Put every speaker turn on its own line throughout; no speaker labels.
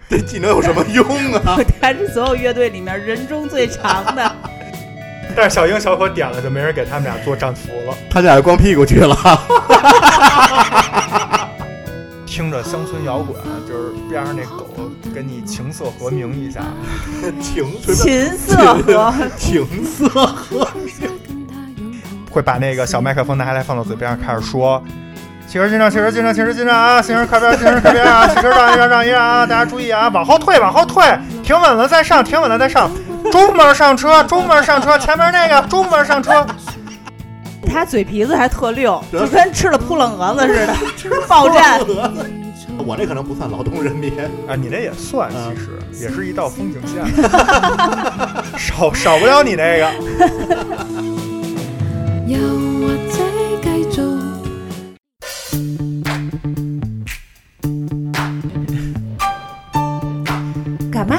技能有什么用 啊？
他是所有乐队里面人中最长 的。
但是小英小伙点了，就没人给他们俩做战服了。
他俩光屁股去了，
听着乡村摇滚，啊就是边上那狗跟你情色和鸣一下，
嗯
情
琴瑟和
情色 和
会把那个小麦克风拿下来放到嘴边上，开始说：“汽车进站，汽车进站，汽车进站啊！行人靠边，行人靠边啊！汽车让一让，让一让啊！大家注意啊，往后退，往后退，停稳了再上，停稳了再上，中门上车，中门上车，前面那个中门上车。”
他嘴皮子还特溜，就跟吃了扑棱蛾子似 的，爆炸。
我这可能不算劳动人民，
啊，你那也算，
嗯
其实、也是一道风景 线，少少不了你那个。
又或者繼續
干嘛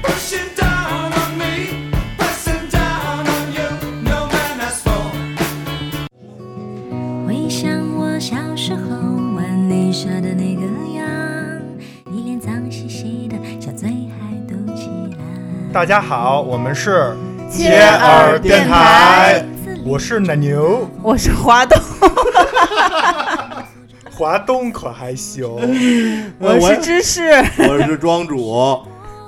Pushing down on me, pressing down on you, no man has fallen.
回想我小时候玩你耍的那个样，你脸脏兮兮的，小嘴还嘟起来。
大家好，我们是
接耳电台，
我是奶牛，
我是华东，
华东可还行。
我是芝士，
我是庄 主，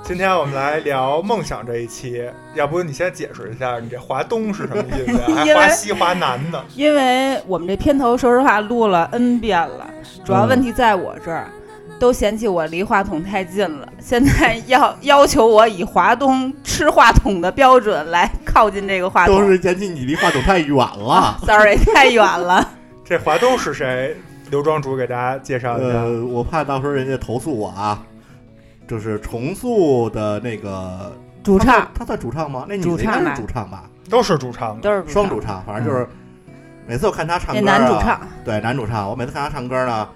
今天我们来聊梦想这一期，要不你先解释一下你这华东是什么意思呀？还
因为
华西华南的，
因为我们这片头说实话录了 N 遍了，主要问题在我这儿，都嫌弃我离话筒太近了， 现在要要求我以华东吃话筒的标准来靠近这个话
都
筒。
是嫌弃你离话筒太远了。
Sorry，太远了。
这华东是谁？刘庄主给大家介绍一下。
呃，我怕到时候人家投诉我啊。就是重塑的那个
主
他
唱
算他算主唱吗？那女
主
的应
唱
该
吧
是主唱吧，
都是主唱的。
都是
双主唱，反正就是每次我看他唱
嗯那
歌，啊
男主，唱，
对男主唱，我每次看他唱歌呢，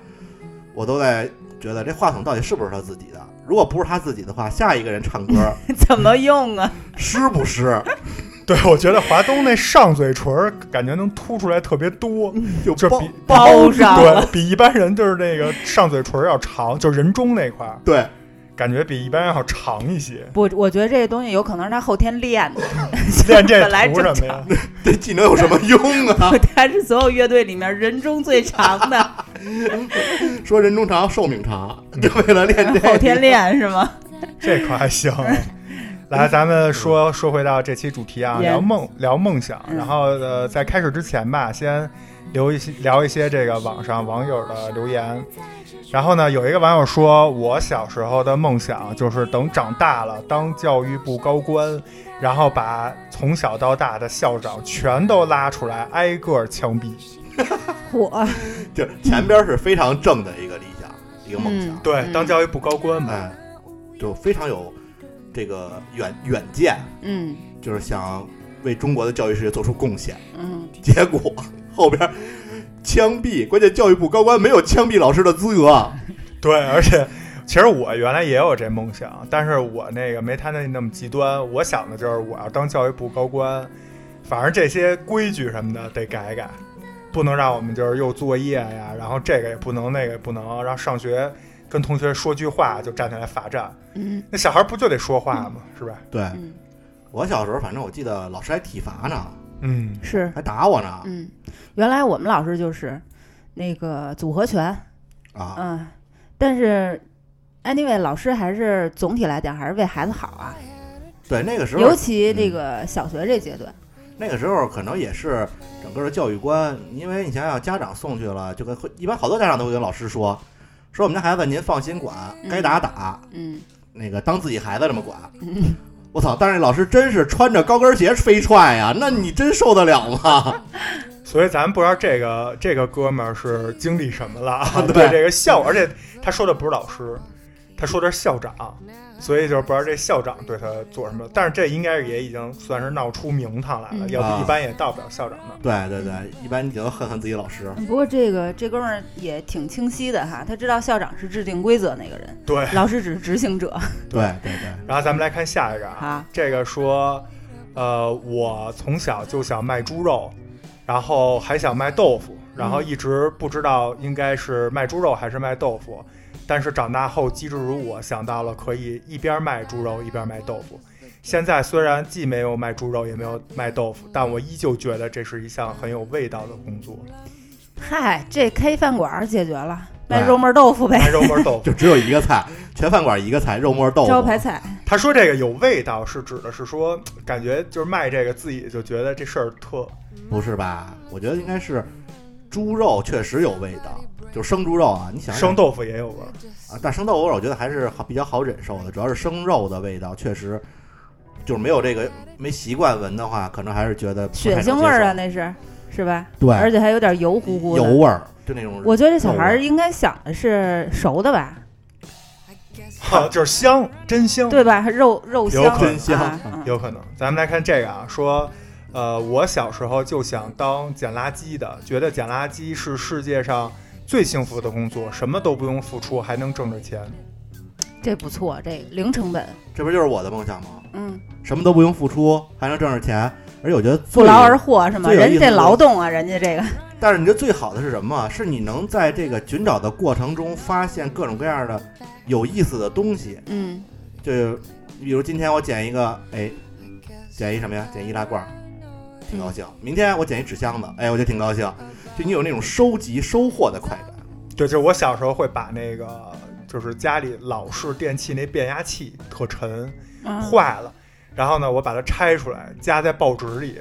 我都在觉得这话筒到底是不是他自己的？如果不是他自己的话，下一个人唱歌
怎么用啊？
湿不 湿？
对，我觉得华东那上嘴唇儿感觉能凸出来特别多，
就
就是
包
比
嗯包上了
对比一般人就是那个上嘴唇儿要长，就是人中那块儿，
对，
感觉比一般人要长一些。，
不，我觉得这东西有可能是他后天练的
练 这
本来
图
正
什么呀
常。？
这技能有什么用 啊？
他是所有乐队里面人中最长的，
说人中长，寿命长，就为了练这
嗯后天练是吗？
这可还行。来，咱们说说回到这期主题啊，
也
聊梦聊梦想。
嗯
然后呃，在开始之前吧，先留一些聊一些这个网上网友的留言。然后呢，有一个网友说，我小时候的梦想就是等长大了当教育部高官，然后把从小到大的校长全都拉出来，挨个儿枪毙。
我
就是前边是非常正的一个理想，一个梦想，
对，
嗯
当教育部高官嘛。
哎，就非常有这个远远见，
嗯
就是想为中国的教育事业做出贡献。
嗯，
结果 后边枪毙，关键教育部高官没有枪毙老师的资格。
对，而且其实我原来也有这梦想，但是我那个没他那那么极端。我想的就是我要当教育部高官，反正这些规矩什么的得改一改，不能让我们就是又作业呀，然后这个也不能，那个也不能，然后上学跟同学说句话就站起来罚站。
嗯，
那小孩不就得说话吗？是吧？
对
嗯
我小时候，反正我记得老师还体罚呢，
嗯，
是，
还打我呢
嗯，原来我们老师就是那个组合拳，
啊！
嗯，但是 anyway，老师还是总体来讲还是为孩子好啊，
对，那个时
尤
候
其这个小学这阶段，
那个时候可能也是整个的教育观，因为你想想家长送去了，就跟一般好多家长都会跟老师说，说我们家孩子您放心管，
嗯
该打打，
嗯
那个当自己孩子这么管。
嗯，
我操！但是老师真是穿着高跟鞋飞踹呀、那你真受得了吗？
所以咱不知道这个 这个哥们儿是经历什么了啊？
对
这个校，而且他说的不是老师，他说的是校长，所以就是不知道这校长对他做什么。但是这应该也已经算是闹出名堂来了，
嗯
要
啊
不一般也到不了校长那儿。
对对对，一般你就恨恨自己老师。
不过这个这哥们儿也挺清晰的哈，他知道校长是制定规则那个 人，
对，
老师只是执行者
对对对，
然后咱们来看下一个啊，
啊。
这个说，呃，我从小就想卖猪肉，然后还想卖豆腐，然后一直不知道应该是卖猪肉还是卖豆腐。但是长大后机智如我，想到了可以一边卖猪肉一边卖豆腐。现在虽然既没有卖猪肉，也没有卖豆腐，但我依旧觉得这是一项很有味道的工作。
嗨，这开饭馆儿解决了，
对
卖肉沫豆腐呗，
卖肉沫豆腐，
就只有一个菜，全饭馆一个菜，肉沫豆腐。
招牌菜。
他说这个有味道是指的是说，感觉就是卖这个自己就觉得这事儿特
不是吧？我觉得应该是猪肉确实有味道，就生猪肉啊，你想想
生豆腐也有味儿。
啊，但生豆腐我觉得还是好比较好忍受的，主要是生肉的味道确实就是没有这个没习惯闻的话，可能还是觉得不太
血
能
腥
接
味儿啊，
受，
那是是吧？
对
而且还有点油乎乎的。
油味儿，就那种
我觉得这小孩儿应该想的是熟的吧，
哈，啊就是香，真香，
对吧？肉肉香
有可
真香。
啊，嗯
有可能。咱们来看这个啊，说，呃，我小时候就想当捡垃圾的，觉得捡垃圾是世界上最幸福的工作，什么都不用付出，还能挣着钱。
这不错，这零成本，
这不就是我的梦想吗？
嗯，
什么都不用付出，还能挣着钱，而且我觉得
不
最
劳而获是吗？
最有
人
意
家
思的
这劳动啊，人家这个
但是你这最好的是什么啊？是你能在这个寻找的过程中发现各种各样的有意思的东西。
嗯，
就是比如今天我捡一个，哎，捡一什么呀？捡易拉罐儿，挺高兴。明天我捡一纸箱子，哎，我就挺高兴。就你有那种收集收获的快感。
对，就是我小时候会把那个，就是家里老式电器那变压器特沉，
嗯
坏了，然后呢，我把它拆出来，夹在报纸里。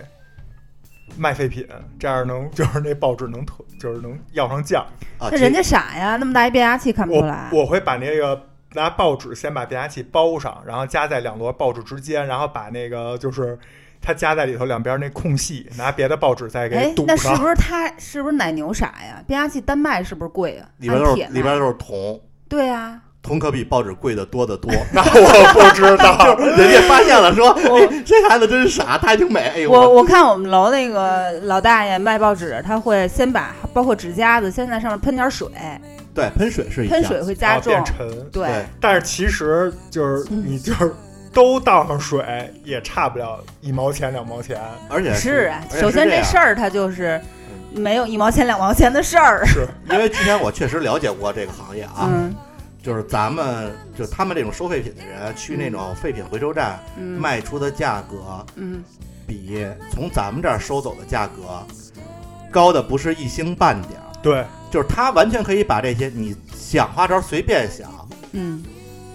卖废品，这样能就是那报纸能特就是能要上价。
啊，
那人家傻呀，那么大一变压器看不
我
出来。
我会把那个拿报纸先把变压器包上，然后夹在两摞报纸之间，然后把那个就是它夹在里头两边那空隙，拿别的报纸再
哎
给堵，
那是
上。
不是他是不是奶牛傻呀？变压器单卖是不是贵啊？
里边
按
都是
铁卖
里边都是铜，
对啊，
铜可比报纸贵的多得多。
那我不知 道，
人家发现了说，哎，这孩子真傻，他还挺美。哎呦，
我我看我们楼那个老大爷卖报纸，他会先把包括纸夹子先在上面喷点水，
对喷水是一样
喷水会加
然后
重。
变沉。
对
对，
但是其实就是你就是都倒上水，也差不了一毛钱两毛 钱。
而且
是啊，
而且
首先
这
这
样嗯
事儿它就是没有一毛钱两毛钱的事儿。
是，
因为之前我确实了解过这个行业啊，
嗯
就是咱们就他们这种收废品的人去那种废品回收站
嗯
卖出的价格，
嗯，
比从咱们这儿收走的价格高的不是一星半点儿，
对，
就是他完全可以把这些你想花招随便想，
嗯，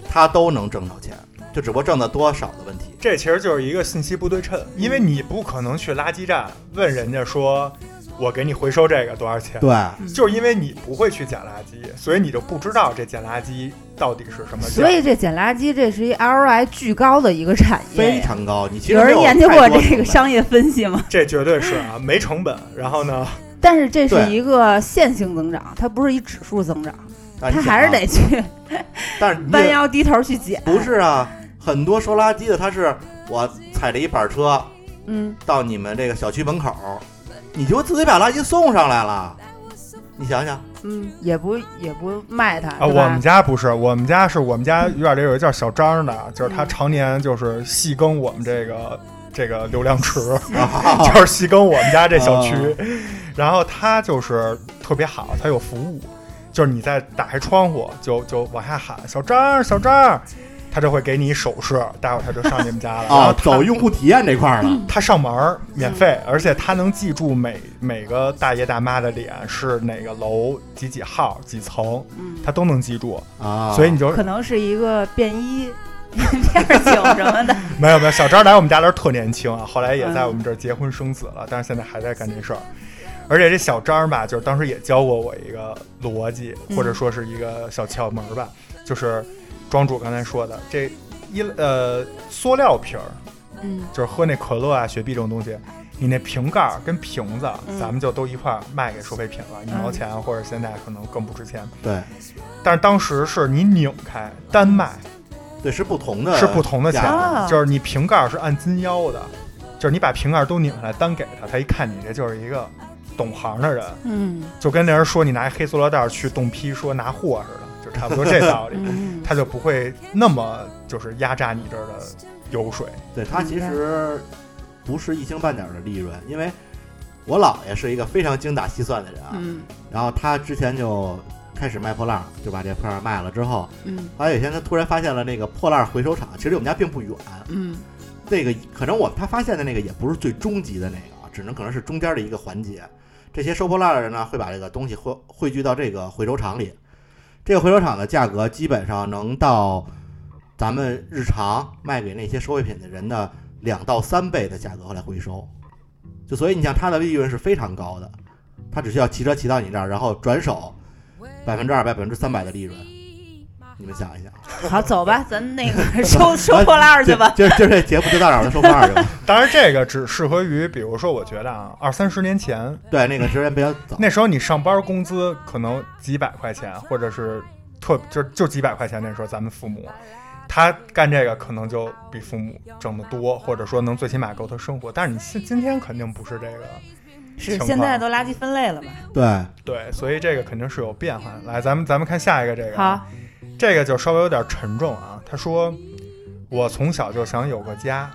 他都能挣着钱，就只不过挣的多少的问题。
这其实就是一个信息不对称，因为你不可能去垃圾站问人家说，我给你回收这个多少钱。
对，
就是因为你不会去捡垃圾，所以你就不知道这捡垃圾到底是什么价。
所以这捡垃圾这是一 ROI 巨高的一个产业
非
呀。
常高。你其实
有人
没
研究
太
过
多
这
成
个
本
商业分析吗？
这绝对是啊，没成本。然后呢，
但是这是
对
一个线性增长，它不是一指数增长，
但
它
你想
还是
啊
得去
但是你
弯
也
腰低头去捡。
不，是啊，很多收垃圾的他是我踩着一板车
嗯，
到你们这个小区门口，你就自己把垃圾送上来了。你想想，
嗯，也不也不卖它，
啊，
是
我
吧
们家不是，我们家是我们家院里有一个叫小张的，就是他常年就是细耕我们这个这个流量池，
哦
就是细耕我们家这小区。然后他就是特别好，他有服务，就是你在打开窗户就就往下喊小张小张，他就会给你手势，待会儿他就上你们家了。然后
啊，
他
走用户体验这块儿
嗯
了，
他上门儿免费，而且他能记住每每个大爷大妈的脸是哪个楼几几号几层，
嗯
他都能记住。
啊，
所以你就
可能是一个便衣、 片儿警什 么的。
没有没有，小张来我们家的时候特年轻 啊，后来也在我们这儿结婚生子了，但是现在还在干这事儿。而且这小张吧，就是当时也教过我一个逻辑，
嗯
或者说是一个小窍门儿吧，就是庄主刚才说的这一呃塑料瓶儿，
嗯
就是喝那可乐啊、雪碧这种东西，你那瓶盖儿跟瓶子，
嗯
咱们就都一块儿卖给收废品了，一毛钱或者现在可能更不值钱。
对
但是当时是你拧开单卖，
对，是不同的，
是不同的钱
啊
就是你瓶盖儿是按斤腰的，就是你把瓶盖儿都拧下来单给他，他一看你这就是一个懂行的人，
嗯
就跟那人说你拿一黑塑料袋儿去冻批说拿货似的，就差不多这 道理，
嗯，
他就不会那么就是压榨你这儿的油水。
对它其实不是一星半点儿的利润，因为我姥爷是一个非常精打细算的人啊，
嗯
然后他之前就开始卖破烂儿，就把这破烂儿卖了之后，
嗯
后来有一天他突然发现了那个破烂儿回收厂，其实离我们家并不远，
嗯
那个可能我他发现的那个也不是最终极的那个啊，只能可能是中间的一个环节。这些收破烂的人呢，会把这个东西汇汇聚到这个回收厂里。这个回收厂的价格基本上能到咱们日常卖给那些收废品的人的两到三倍的价格来回收。就所以你像它的利润是非常高的，它只需要骑车骑到你这儿，然后转手百分之二百、百分之三百的利润。你们想一想，
好，走吧，咱那个 收收破烂儿去吧。
今儿今儿这节目就到这儿了，收破烂儿去吧。
当然，这个只适合于，比如说，我觉得啊，二三十年前，
对，那个时间比较早。
那时候你上班工资可能几百块钱，或者是特就就几百块钱。那时候咱们父母，他干这个可能就比父母挣得多，或者说能最起码够他生活。但是你现今天肯定不是这个，
是
情况
现在都垃圾分类了吧？
对，
对，所以这个肯定是有变化的。来，咱们咱们看下一个这个，啊
好，
这个就稍微有点沉重啊。他说，我从小就想有个家，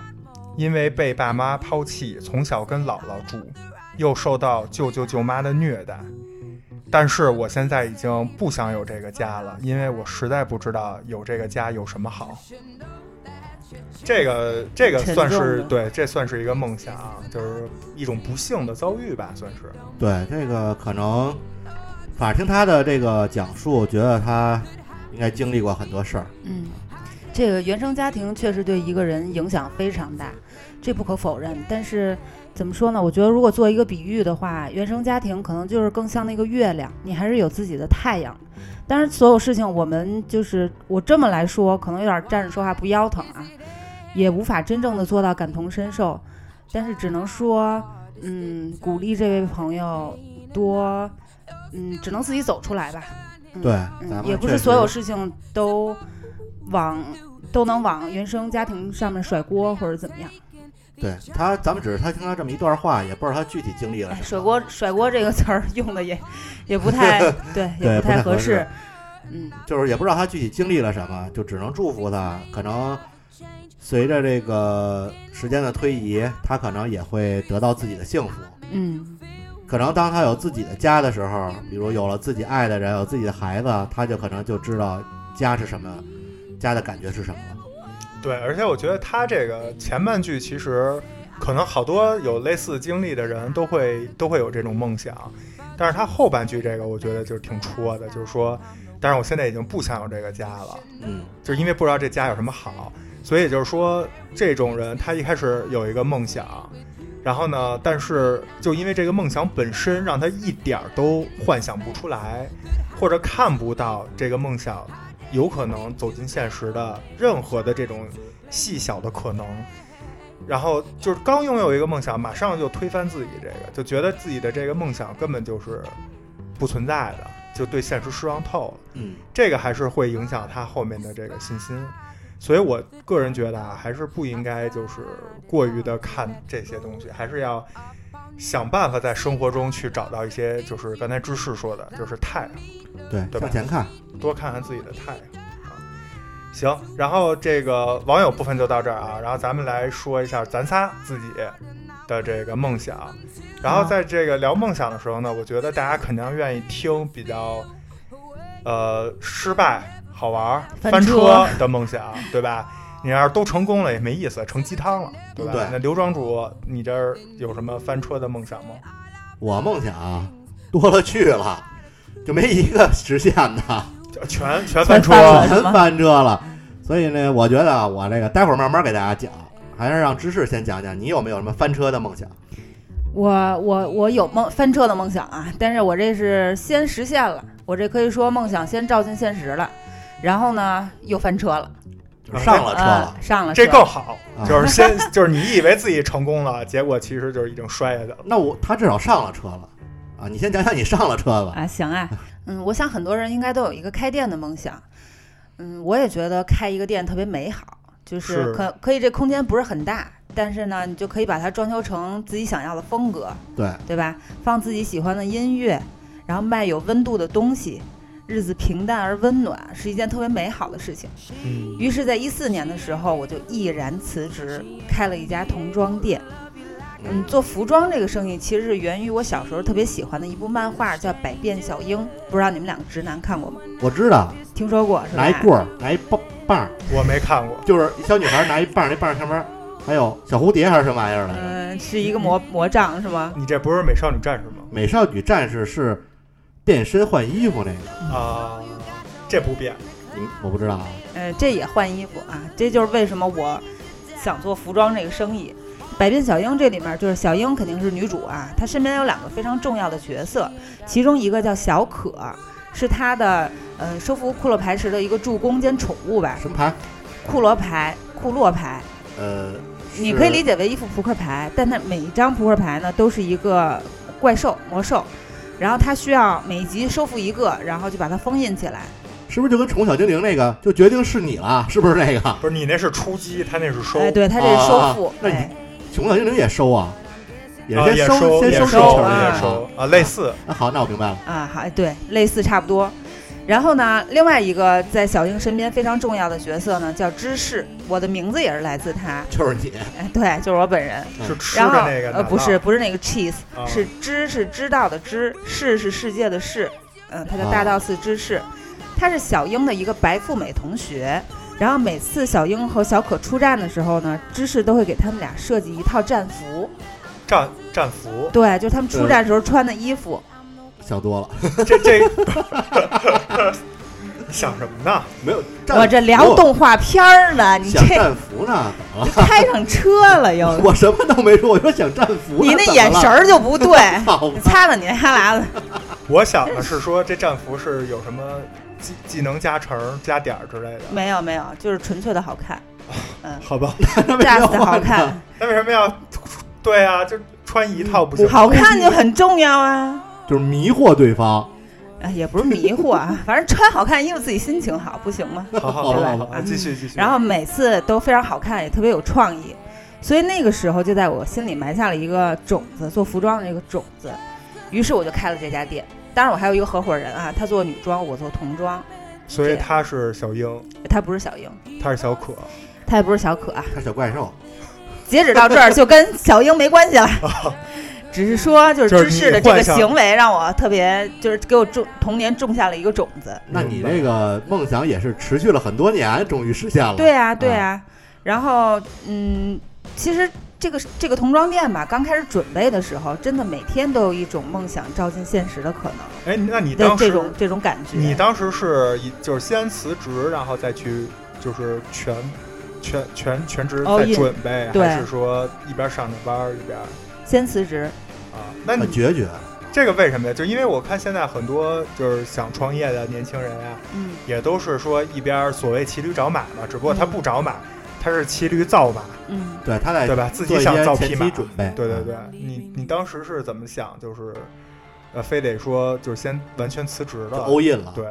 因为被爸妈抛弃，从小跟姥姥住，又受到舅舅舅妈的虐待。但是我现在已经不想有这个家了，因为我实在不知道有这个家有什么好。这个这个
沉
算是
重的
对，这算是一个梦想啊，就是一种不幸的遭遇吧，算是。
对，这个可能，反正听他的这个讲述，我觉得他应该经历过很多事儿。
嗯，这个原生家庭确实对一个人影响非常大，这不可否认。但是怎么说呢？我觉得如果做一个比喻的话，原生家庭可能就是更像那个月亮，你还是有自己的太阳。当然，所有事情我们就是我这么来说，可能有点站着说话不腰疼啊，也无法真正的做到感同身受。但是只能说，嗯，鼓励这位朋友多，嗯，只能自己走出来吧。嗯、
对，咱
嗯，
们
也不
确
是
实
所有事情都往都能往原生家庭上面甩锅或者怎么样。
对他，咱们只是他听他这么一段话，也不知道他具体经历了
哎
什么。
甩锅甩锅这个词儿 用的也也不太对，
对
也
不
太
太合适
适。嗯，
就是也不知道他具体经历了什么，就只能祝福他。可能随着这个时间的推移，他可能也会得到自己的幸福。
嗯，
可能当他有自己的家的时候，比如有了自己爱的人，有自己的孩子，他就可能就知道家是什么，家的感觉是什么了。
对，而且我觉得他这个前半句其实可能好多有类似经历的人都会都会有这种梦想，但是他后半句这个我觉得就是挺戳的，就是说，但是我现在已经不想有这个家了，
嗯，
就是因为不知道这家有什么好，所以也就是说，这种人他一开始有一个梦想，然后呢，但是就因为这个梦想本身让他一点儿都幻想不出来，或者看不到这个梦想有可能走进现实的任何的这种细小的可能。然后就是刚拥有一个梦想，马上就推翻自己这个，就觉得自己的这个梦想根本就是不存在的，就对现实失望透了。
嗯，
这个还是会影响他后面的这个信心。所以我个人觉得啊，还是不应该就是过于的看这些东西，还是要想办法在生活中去找到一些，就是刚才芝士说的，就是太阳，
对，
对吧
向前看。
多看看自己的太阳。啊行，然后这个网友部分就到这儿啊，然后咱们来说一下咱仨自己的这个梦想。然后在这个聊梦想的时候呢，我觉得大家肯定愿意听比较，呃，失败、好玩儿、
翻
翻
车
的梦想，啊对吧？你要是都成功了也没意思，成鸡汤了，对吧？
对
那刘庄主，你这儿有什么翻车的梦想吗？
我梦想啊多了去了，就没一个实现 的，
就全全翻车
全翻了
全翻车了。所以呢，我觉得啊，我这个待会儿慢慢给大家讲，还是让芝士先讲讲你有没有什么翻车的梦想。
我我我有梦翻车的梦想啊，但是我这是先实现了，我这可以说梦想先照进现实了，然后呢又翻车了。
就是上了车了
嗯，上了车
这更好
啊，
就是先 就是你以为自己成功了，结果其实就是已经摔下去了。
那我他至少上了车了啊！你先讲讲你上了车吧，
啊，行啊，嗯，我想很多人应该都有一个开店的梦想，嗯，我也觉得开一个店特别美好，就是
是
可可以这空间不是很大，但是呢，你就可以把它装修成自己想要的风格，
对，
对吧？放自己喜欢的音乐，然后卖有温度的东西，日子平淡而温暖，是一件特别美好的事情。
嗯，
于是，在一四年的时候，我就毅然辞职，开了一家童装店。嗯，做服装这个生意其实是源于我小时候特别喜欢的一部漫画，叫《百变小樱》，不知道你们两个直男看过吗？
我知道，
听说过嗯是吧？
拿一棍儿，拿一棒棒儿，
我没看过，
就是一小女孩拿一棒儿，那棒儿上面还有小蝴蝶还是什么玩意儿来着？
嗯、是一个魔魔杖是吗？
你这不是美少女战士吗？
美少女战士是变身换衣服那个，
啊，这不变，
你我不知道啊。
呃，这也换衣服啊，这就是为什么我想做服装这个生意。百变小樱这里面就是小樱肯定是女主啊，她身边有两个非常重要的角色，其中一个叫小可，是她的呃收服库洛牌池的一个助攻兼宠物吧，
什么牌？
库洛牌、库洛牌，
呃，
你可以理
解
解为一副扑克牌，但它每一张扑克牌呢都是一个怪兽魔兽，然后它需要每集收复一个，然后就把它封印起来。
是不是就跟宠物小精灵那个就决定是你了？是不是那个
不是你那是出击，他那是收。
哎，对，它这是收复
啊。那你
哎
宠物小精灵也收啊？也
啊
是
也
先
收，
先
也
收
收，
宠物
啊
也收啊，类似
那好，那我明白了。
啊，好，对，类似差不多。然后呢，另外一个在小樱身边非常重要的角色呢，叫芝士，我的名字也是来自他，
就是你，
哎，对，就是我本人。
嗯
是吃
然
的
后
那个
呃，
奶酪
不是，不是那个 cheese，
哦
啊
是知是知道的知，世是世界的世，嗯，他叫大
哦
道寺知世，他是小樱的一个白富美同学。然后每次小樱和小可出战的时候呢，知世都会给他们俩设计一套战服，
战战服，
对，就是他们出战时候穿的衣服。
想多了，
这这想什么呢？
没有。
我这聊动画片儿呢，你
想
这
战服呢？怎么了？
开上车了又，
我什么都没说，我说想战服呢。
你那眼神儿就 不对，
怎么了，
擦擦你那哈喇子。
我想的是说这战服是有什么技技能加成、加点儿之类的，
没有没有，就是纯粹的好看，
好吧？
好吧，
炸死
那
的好看，
那为什么要？对啊，就穿一套不行吗？
好看就很重要啊。
就是迷惑对方。
啊，也不是迷惑啊， 反正穿好看衣服自己心情好，不行吗？
好好好
对
好好，继续继续。
然后每次都非常好看，也特别有创意，所以那个时候就在我心里埋下了一个种子，做服装的这个种子。于是我就开了这家店。当然，我还有一个合伙人啊，他做女装，我做童装。
所以他是小樱，
他不是小樱，
他是小可，
他也不是小可啊。
看小怪兽，
截止到这儿就跟小樱没关系了，只是说就是
哦就是
芝
你
士的这个
幻想
行为让我特别，就是给我种童年种下了一个种子。
那你这个梦想也是持续了很多年，终于实现了。
对啊，对啊。然后，嗯，其实这个这个童装店吧，刚开始准备的时候，真的每天都有一种梦想照进现实的可能
哎，那你
的
当
这
时
种这种感觉。
你当时是以就是先辞职，然后再去就是全全全全职
All
在
in
准备，
哦对
还是说一边上着班儿一边儿
先辞职，
啊？那
很
嗯
你
决绝。
这个为什么呀？就因为我看现在很多就是想创业的年轻人呀、
嗯，
也都是说一边所谓骑驴找马嘛，只不过他
嗯
不找马，他是骑驴造马，
嗯，
对，他在
对吧？自
做
己
一
想
些
造
前
匹马
期。准备。
对对对，你你当时是怎么想？就是呃，非得说就是先完全辞职
就
了，
all in 了。
对，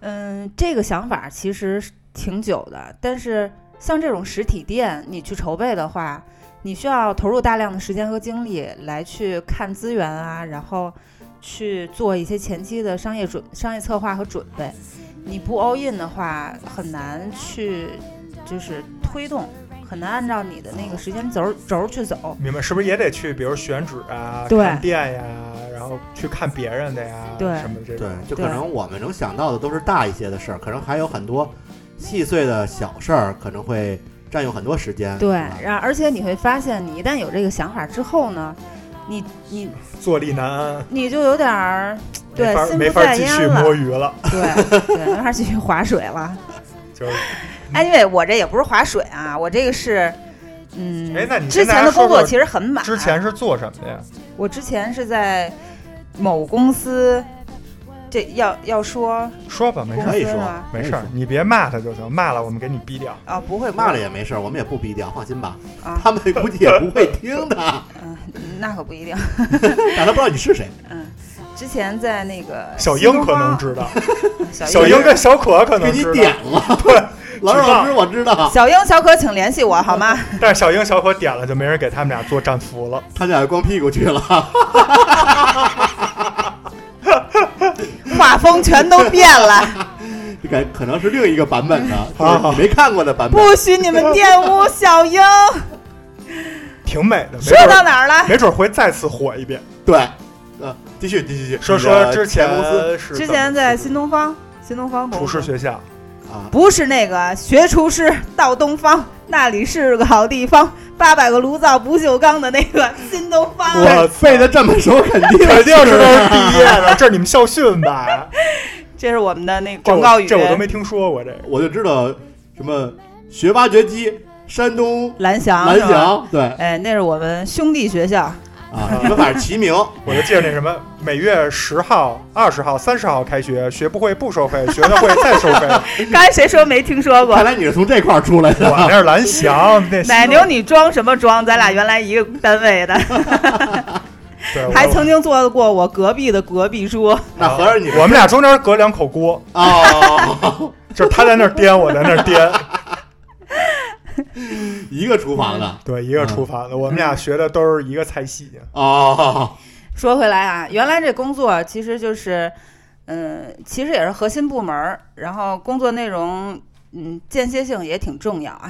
嗯，这个想法其实是挺久的，但是像这种实体店，你去筹备的话，你需要投入大量的时间和精力来去看资源啊，然后去做一些前期的商业准、商业策划和准备。你不 all in 的话，很难去就是推动，很难按照你的那个时间轴儿轴儿去走。
明白？是不是也得去，比如选址啊，
对
看店呀，然后去看别人的呀，
对
什么这种
对，就可
对
能我们能想到的都是大一些的事儿，可能还有很多细碎的小事儿，可能会占用很多时间。
对
是吧，
然而且你会发现，你一旦有这个想法之后呢，你你
坐立难安，
你就有点儿对
没法
心不
没法
在
继
焉
续
了
摸鱼了，
对对，没法继续划水了。
就是嗯
哎，因为我这也不是划水啊，我这个是，嗯，
哎那你
之
跟大家
前的工
说
作
说
其实很满。
之前是做什么的呀？
我之前是在某公司这要要说
说吧，没
公
事儿
可以
司
说
吗？
没
可以
事儿
说，
你别骂他就行，骂了我们给你逼掉。
啊，不会
骂了也没事儿，我们也不逼掉，放心吧。
啊
他们估计也不会 听的，
嗯，那可不一定。
但他不知道你是谁。
之前在那个
小
新
英
东
可能
方
知道，
小
小英跟小可可
给
能
你
知
点
道，
了，对， 老师老师我知道，
小英小可，请联系我好吗？
但是小英小可点了就没人给他们俩做战俘了。
他俩光屁股去了，
画风全都变了，
这个可能是另一个版 本的，就
好
是
好
你没看过的版本。
不许你们玷污小英。
挺美的，没
说
准
到
儿
哪儿了？
没准儿会再次火一遍。
对，呃，继续继续继续，
说
你的
说之
前
前
公司
是
之
怎么
前在新东方，新东方
厨师学校，
啊，
不是那个学厨师到东方，那里是个好地方，八百个炉灶不锈钢的那个新东方。
我背的这么熟，肯定
肯定是
是
都是 毕业的，这是你们校训 吧？
这是我们的那个
这
广
我
告语。
这我都没听说过这个。
我就知道什么学挖掘机，山东
蓝翔，
蓝
是吧。
翔，对
哎，那是我们兄弟学校，
啊，你们反正齐名，
我就记着那什么，每月十号、二十号、三十号开学，学不会不收费，学得会再收 费。
刚才谁说没听说过
看？来你是从这块儿出来
我
的。
那是蓝翔，那
奶牛，你装什么装？咱俩原来一个单位的，
哦对我
还曾经坐过我隔壁的隔壁桌。
那合着你
我们俩中间隔两口锅，
哦，
就是他在那儿颠，我在那儿 颠。
一个厨房的
对，一个厨房的，我们俩
嗯
学的都是一个菜 系。
哦，
说回来啊，原来这工作其实就是，嗯，其实也是核心部门儿，然后工作内容，嗯，间歇性也挺重要啊。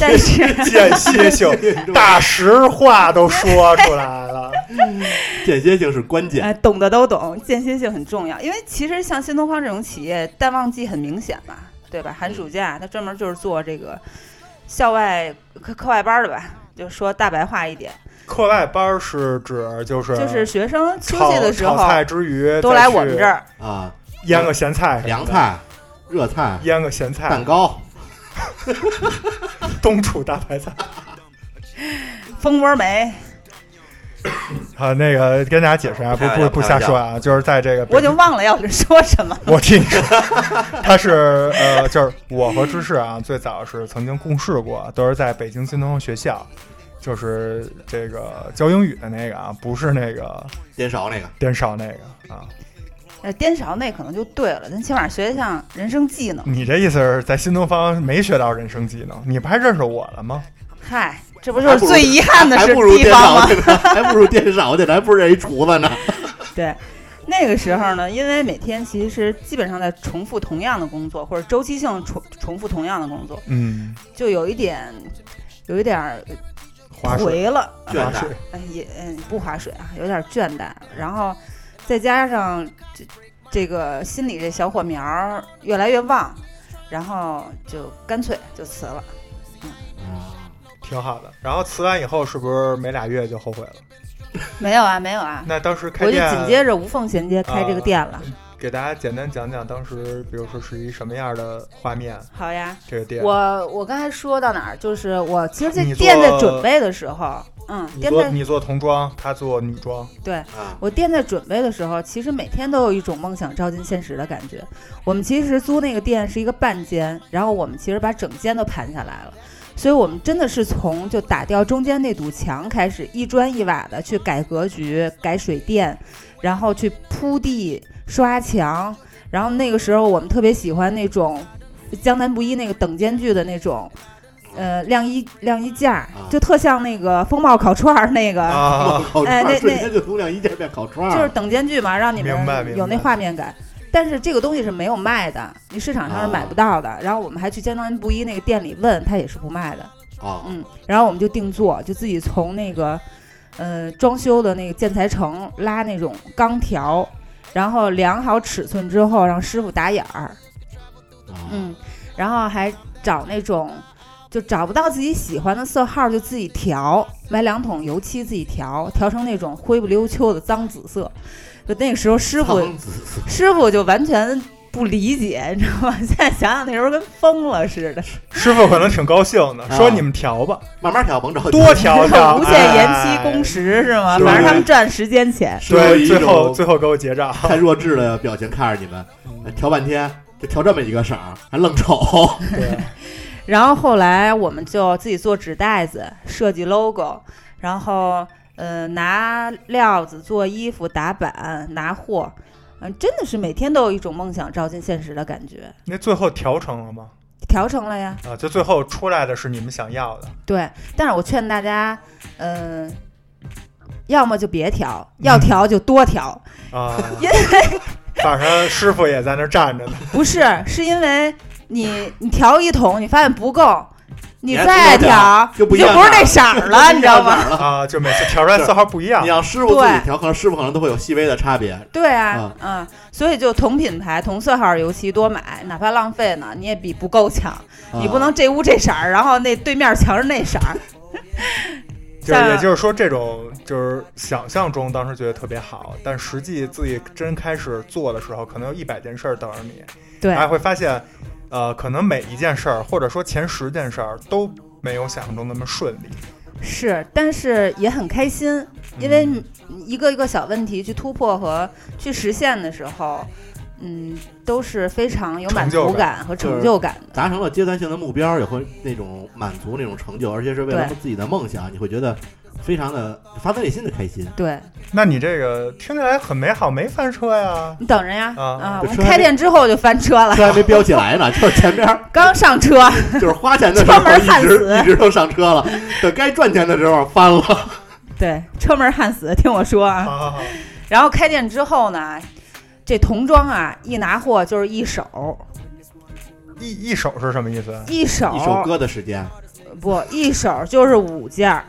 但是，
间歇性，大实话都说出来了。
间歇性是关键。
哎，懂的都懂，间歇性很重要。因为其实像新东方这种企业，淡旺季很明显嘛，对吧？寒暑假它专门就是做这个校外课课外班儿的吧，就说大白话一点，
课外班儿是指就是
就是学生出
炒
去的时
炒
候
菜之余
都来我们这
儿
儿。
啊，
腌个咸菜什么的、
凉菜、热菜、
腌个咸菜
蛋、糕，
冬储大白菜。
蜂窝煤，
好，啊那个跟大家解释啊，不
开玩
不
笑
不瞎说啊，就是在这个
我已经忘了要说什么。
我听你说，他是呃，就是我和芝士啊，最早是曾经共事过，都是在北京新东方学校，就是这个教英语的那个啊，不是那个
颠勺那个
电少那个啊。
呃，颠勺那可能就对了，咱起码学一项人生技能。
你这意思是在新东方没学到人生技能？你不还认识我了吗？
嗨，这不就是最遗憾的
还
是
不如
地
颠
方
勺
吗？
去呢，还不如颠勺去呢，还不如人一厨子呢。
对，那个时候呢，因为每天其实基本上在重复同样的工作，或者周期性重重复同样的工作，
嗯，
就有一点，有一点儿
划水，
颓了，
倦
划水
怠，
哎也嗯不划水啊，有点儿倦怠，然后再加上这这个心里这小火苗儿越来越旺，然后就干脆就辞了。
挺好的。然后辞完以后，是不是没俩月就后悔了？
没有啊，没有啊，
那当时开
我就
店，
紧接着无缝衔接开这个
啊
店了。
给大家简单讲讲当时，比如说是一什么样的画面？
好呀，
这个店，
我我刚才说到哪儿？就是我其实这
啊你做
店在准备的时候，嗯，
你
店
做
在
你做童装，他做女装，
对
啊，
我店在准备的时候，其实每天都有一种梦想照进现实的感觉。我们其实租那个店是一个半间，然后我们其实把整间都盘下来了。所以，我们真的是从就打掉中间那堵墙开始，一砖一瓦的去改格局、改水电，然后去铺地、刷墙。然后那个时候，我们特别喜欢那种江南布衣那个等间距的那种，呃，晾衣晾衣架，就特像那个风貌烤串儿那个
啊，
烤串
哎那
儿瞬间就从两一件变烤串
就是
儿，
等间距嘛，让你
嗯明白明
们有那
白
画面感。但是这个东西是没有卖的，你市场上是
哦
买不到的。然后我们还去江南布衣那个店里问，他也是不卖的。
啊，
嗯，然后我们就定做，就自己从那个呃装修的那个建材城拉那种钢条，然后量好尺寸之后让师傅打眼儿，
啊
嗯，然后还找那种就找不到自己喜欢的色号就自己调，买两桶油漆自己调，调成那种灰不溜秋的脏紫色。就那个时候师傅
苍紫色
师傅就完全不理解，你知道吗？ 现在想想那时候跟疯了似的，
师傅可能挺高兴的，
啊
说你们调吧，
慢慢调，甭着急。
多 调调
无，限延
哎
期工时是吗？
对
反正他们占时间钱。
是有
对，
一
最后
种
最后给我 结账，
太弱智的表情看着你们，哎调半天就调这么一个色儿，还愣瞅。
对，
然后后来我们就自己做纸袋子，设计 logo，然后呃拿料子做衣服、打版、拿货，嗯、真的是每天都有一种梦想照进现实的感觉。
那最后调成了吗？
调成了呀，
啊，就最后出来的是你们想要的，
对。但是我劝大家，嗯、要么就别调，要调就多 调。
啊，
因
反正师傅也在那儿站着呢，
不是，是因为你你调一桶，你发现不够，你
你还
再
不够
调
就不
你
一
就
样
不是
了
那色儿了，你知道吗？
吗？
啊，就每次调出来色号不一样
你，让师傅自
对
己调，可能师傅可能都会有细微的差别。
对啊，嗯，所以就同品牌、同色号油漆多买，哪怕浪费呢，你也比不够强。你不
啊
能这屋这色儿，然后那对面墙是那色儿。
就是
像
也就是说，这种就是想象中当时觉得特别好，但实际自己真开始做的时候，可能有一百件事儿等着你，
对
还会发现，呃，可能每一件事儿，或者说前十件事儿都没有想象中那么顺利。嗯
是，但是也很开心，因为一个一个小问题去突破和去实现的时候，嗯，都是非常有满
成就
足
感
感和
就
成
是
就感的。
达成了阶段性的目标，也会那种满足那种成就，而且是为了
对
自己的梦想，你会觉得非常的发自内心的开心。
对
那你这个听起来很美好，没翻车呀？
你等着呀，
啊
啊，
就
我们
车还
开
没
店之后就翻车 了，
车还没飙起来呢，就是前边儿
刚上车，
就是花钱的时
车
候
门
一
焊
直
死
一直都上车了，等该赚钱的时候翻了。
对，车门焊死，听我说啊。
好好好，
然后开店之后呢，这童装啊，一拿货就是一手，
一一手是什么意思？
一手
一首歌的时间，
不一手就是五件儿，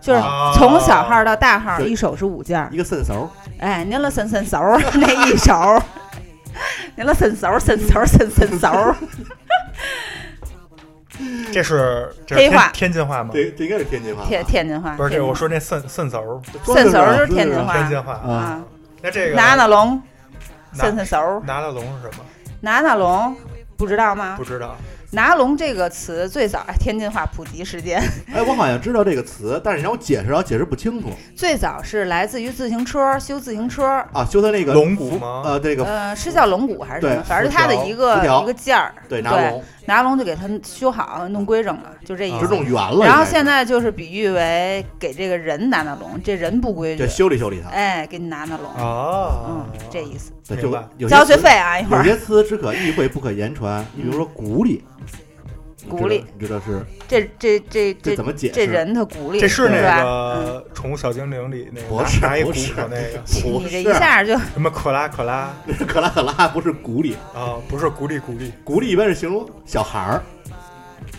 就是
啊
从小号到大号，
对
一手是五件儿
一。个顺手，
哎，您了伸伸手儿 那一手儿，您了伸手儿伸手儿伸伸手 儿，
这是这
黑
是
话
天天津话吗？
这这应该是天津话吧。
天天津话
不是，这
天津
我
话
说那顺顺手儿
装
伸
饰
手儿
啊
就是天津
装饰啊
话
天津话。
啊
啊，
那这个
拿拿龙
拿
伸伸手儿，
拿了龙是什么？
拿拿龙。不知道吗
不？知道。
拿龙这个词最早哎天津话普及时间，
哎，我好像知道这个词，但是你让我解释，我解释不清楚
最早是来自于自行车修自行车，
啊。修他那个
龙骨
服
吗
呃，这个
呃，是叫龙骨还是什么？
对
反正是它的一
辐
个
条
一个件儿，
对拿龙
拿龙就给它修好，弄规整了，就这意
就
思。
弄圆了。
然
应该
后
是
现在就是比喻为给这个人拿拿龙，这人不规矩
就，修理修理它，
哎，给你拿拿龙，
哦
嗯，，这意思。
对，
明
就
白
啊有些
交学
词
费啊，一
有
会儿
些词只可意会不可言传，你比如说鼓励，你知道
鼓励，
你知道是
这这这
这
这
怎么解释？
这人他鼓励，
这是
对
那
吧？
个《宠物小精灵》里那个
不是
拿拿一
不
骨
是
头那个
嗯
不
你
是啊
这一下就
什么可拉可拉啊、
可拉可拉不是鼓励，
不是鼓励鼓励，
鼓励一般是形容小孩儿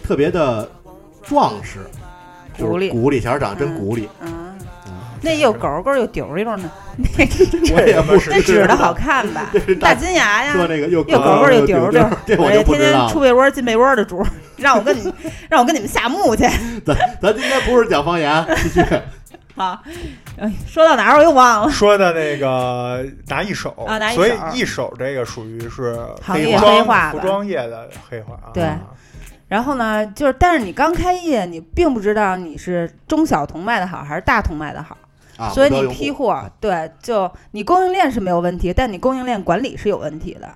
特别的壮实，就是
鼓励
鼓励小孩儿长得真
嗯
鼓励。
嗯，那又狗狗又丢溜呢，那
我 也不
这
知
那指的
道
好看吧
这是？大
大金牙呀，
说那个又
又狗
狗
狗
又
又丢
丢
丢，
这我就
也
不
哎天
知道
天
了
出。被窝进被窝的主，让我跟你让我跟你们下墓去
咱咱今天不是讲方言，继续。
啊！哎，说到哪儿我又忘了。
说的那个拿一手
啊拿一手
所以一手这个属于是
行
服
业黑化
装
吧
服装业的黑化啊。
对
啊
然后呢，就是但是你刚开业，你并不知道你是中小同卖的好还是大同卖的好，
啊，
所以
目标
你
用户啊
批货，对，就你供应链是没有问题，但你供应链管理是有问题的。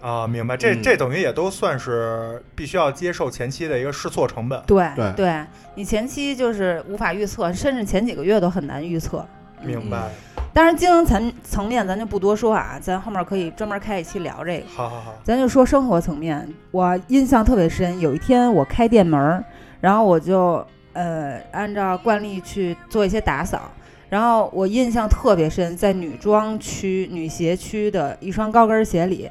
啊，明白，这
嗯
这等于也都算是必须要接受前期的一个试错成本，
对
对
你前期就是无法预测，甚至前几个月都很难预测。嗯
明白？
当然，经营层层面咱就不多说啊，咱后面可以专门开一期聊这个。
好好好，
咱就说生活层面，我印象特别深。有一天我开店门儿，然后我就呃按照惯例去做一些打扫，然后我印象特别深，在女装区、女鞋区的一双高跟鞋里，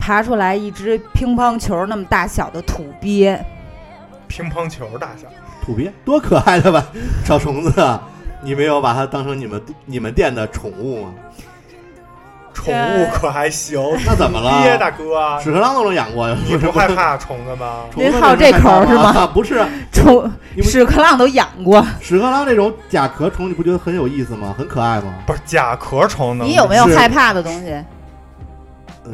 爬出来一只乒乓球那么大小的土鳖，
乒乓球大小，
土鳖多可爱的吧，小虫子，你没有把它当成你们你们店的宠物吗？
宠物可还行，
那怎么
鳖
了？
大哥，啊
屎壳郎都能养过呀？
你不害 怕虫子吗？
虫子
您好这口儿是吗
啊 不是，
虫
你不
屎壳郎都养过，
屎壳郎这种甲壳虫，你不觉得很有意思吗？很可爱吗？
不是甲壳虫能
你有没有
是
害怕的东西？
呃，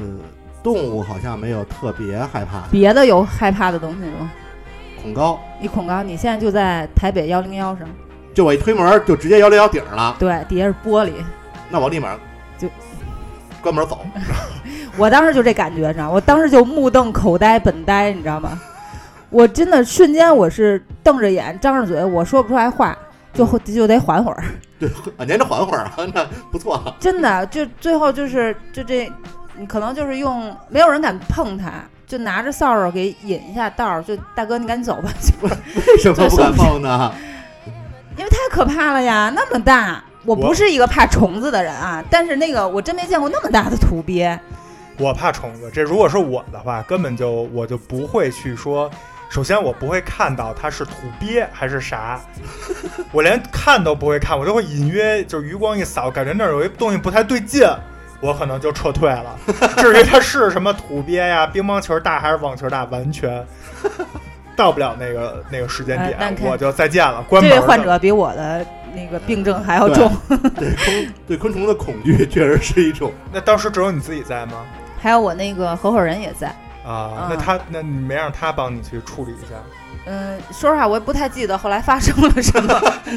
动物好像没有特别害怕的，
别的有害怕的东西吗？
恐高，
你恐高，你现在就在台北幺零幺上，
就我一推门就直接幺零幺顶上了，
对，底下是玻璃，
那我立马
就
关门走。
我当时就这感觉，你知道吗，我当时就目瞪口呆、本呆，你知道吗？我真的瞬间我是瞪着眼、张着嘴，我说不出来话，就就得缓会儿。
啊，您这缓会儿啊， 那不错啊。
真的，就最后就是就这，你可能就是用没有人敢碰它，就拿着扫帚给引一下道儿，就大哥你赶紧走吧，就
为什么不敢碰呢？
因为太可怕了呀，那么大。我不是一个怕虫子的人啊，但是那个我真没见过那么大的土鳖。
我怕虫子，这如果是我的话，根本就我就不会去说。首先，我不会看到它是土鳖还是啥， 我连看都不会看，我就会隐约就是余光一扫，感觉那儿有一东西不太对劲，我可能就撤退了。至于它是什么土鳖呀、乒乓球大还是网球大，完全到不了那个那个时间点，
哎那看
我就再见了，关
这
门
位
了。
患者比我的那个病症还要重，
对昆对昆虫的恐惧确实是一种。
那当时只有你自己在吗？
还有我那个合伙人也在。嗯，
啊那他那你没让他帮你去处理一下？
嗯，说实话，我也不太记得后来发生了什么，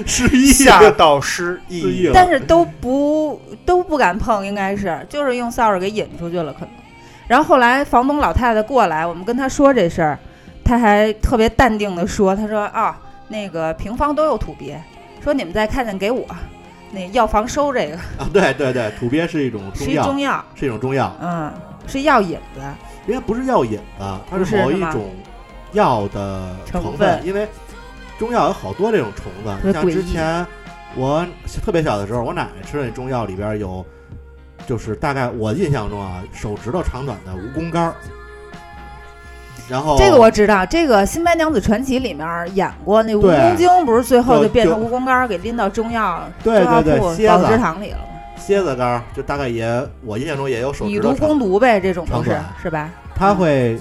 失忆
下到失
失忆
忆
了，
但是都不都不敢碰，应该是就是用扫帚给引出去了，可能。然后后来房东老太太过来，我们跟她说这事儿，她还特别淡定的说：“她说啊、那个平房都有土鳖，说你们再看见给我，那药房收这个
啊，对对对，土鳖是一种
是
中
一
药，哦
中药，
是一种中药，
嗯，是药引子，
应该不是药引子，它
不是
某
是
一
吗
种药的
成
成
分
因为中药有好多这种虫子，
特别
像
诡
之
异
前我特别小的时候，我奶奶吃的那中药里边有，就是大概我印象中啊，手指头长短的蜈蚣干儿，然后
这个我知道，这个《新白娘子传奇》里面演过那蜈
对
蚣精，不是最后
就
就变成
就
蜈蚣干儿给拎到中药
对对对
中
蝎
药铺
子
保之堂里了吗？
蝎子干儿，就大概也我印象中也有手
以
指
毒
头长，
攻毒呗，这种都
长
是
短
是吧？
它会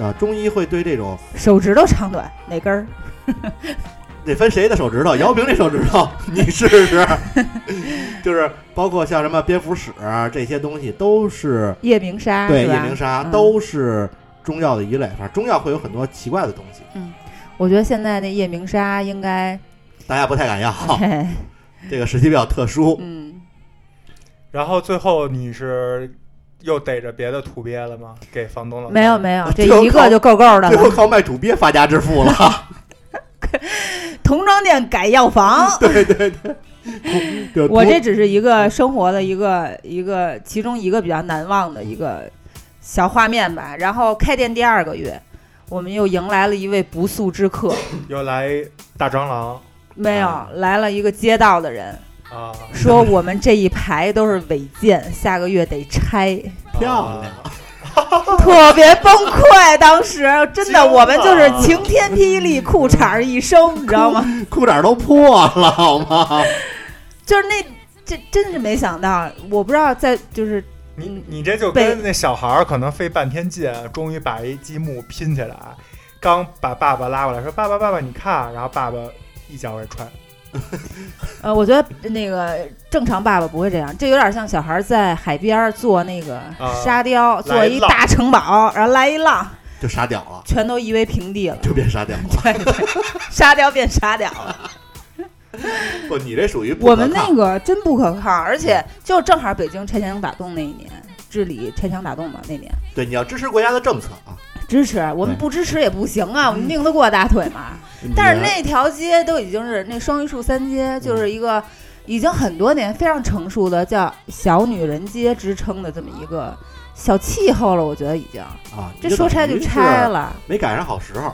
啊，中医会对这种
手指头长短哪根儿？
得分谁的手指头，姚明这手指头， 你试试。就是包括像什么蝙蝠屎啊这些东西，都是
夜明砂
对
是
夜
吧？
明砂
嗯
都是中药的一类，反正中药会有很多奇怪的东西，
我觉得现在那夜明砂应该，
大家不太敢要。
嘿
这个时期比较特殊，
嗯，
然后最后你是又逮着别的土鳖了吗？给房
哦
东了？
没有。没有， 这
最后
一个就够够的
最后
了。
靠卖土鳖发家致富 了。
童装店改 药房，
就
我这只是一个生活的一个一个其中一个比较难忘的一个小画面吧。然后开店第二个月，我们又迎来了一位不速之客，
又来大蟑螂
没有
啊
来了一个街道的人，
啊！
说我们这一排都是违建，下个月得拆，
漂亮
啊
特别崩溃。当时真
惊
的，
了
我们就是晴天霹雳，裤衩儿一升，你知道吗？
裤衩都破了，好吗？
就是那这真是没想到，我不知道在就是
你你这就跟那小孩儿可能费半天劲，终于把一积木拼起来，刚把爸爸拉过来说：“爸爸，爸爸，你看。”然后爸爸一脚给踹。
呃，我觉得那个正常爸爸不会这样，这有点像小孩儿在海边儿做那个
啊
沙雕，做
来
一
一浪
大城堡，然后来一浪，
就沙雕了，
全都夷为平地 了，
就变沙雕了。
沙雕变沙雕了。
不， 你这属于不
我
可
们
抗
那个真不可抗，而且就正好北京拆墙打洞那一年，治理拆墙打洞嘛那年，
对你要支持国家的政策啊。
支持我们
对
不支持也不行啊，我们拧得过大腿嘛。但是那条街都已经是那双榆树三街，就是一个已经很多年非常成熟的叫“小女人街”之称的这么一个小气候了，我觉得已经
那啊，
这说拆就拆，了，
没赶上好时候，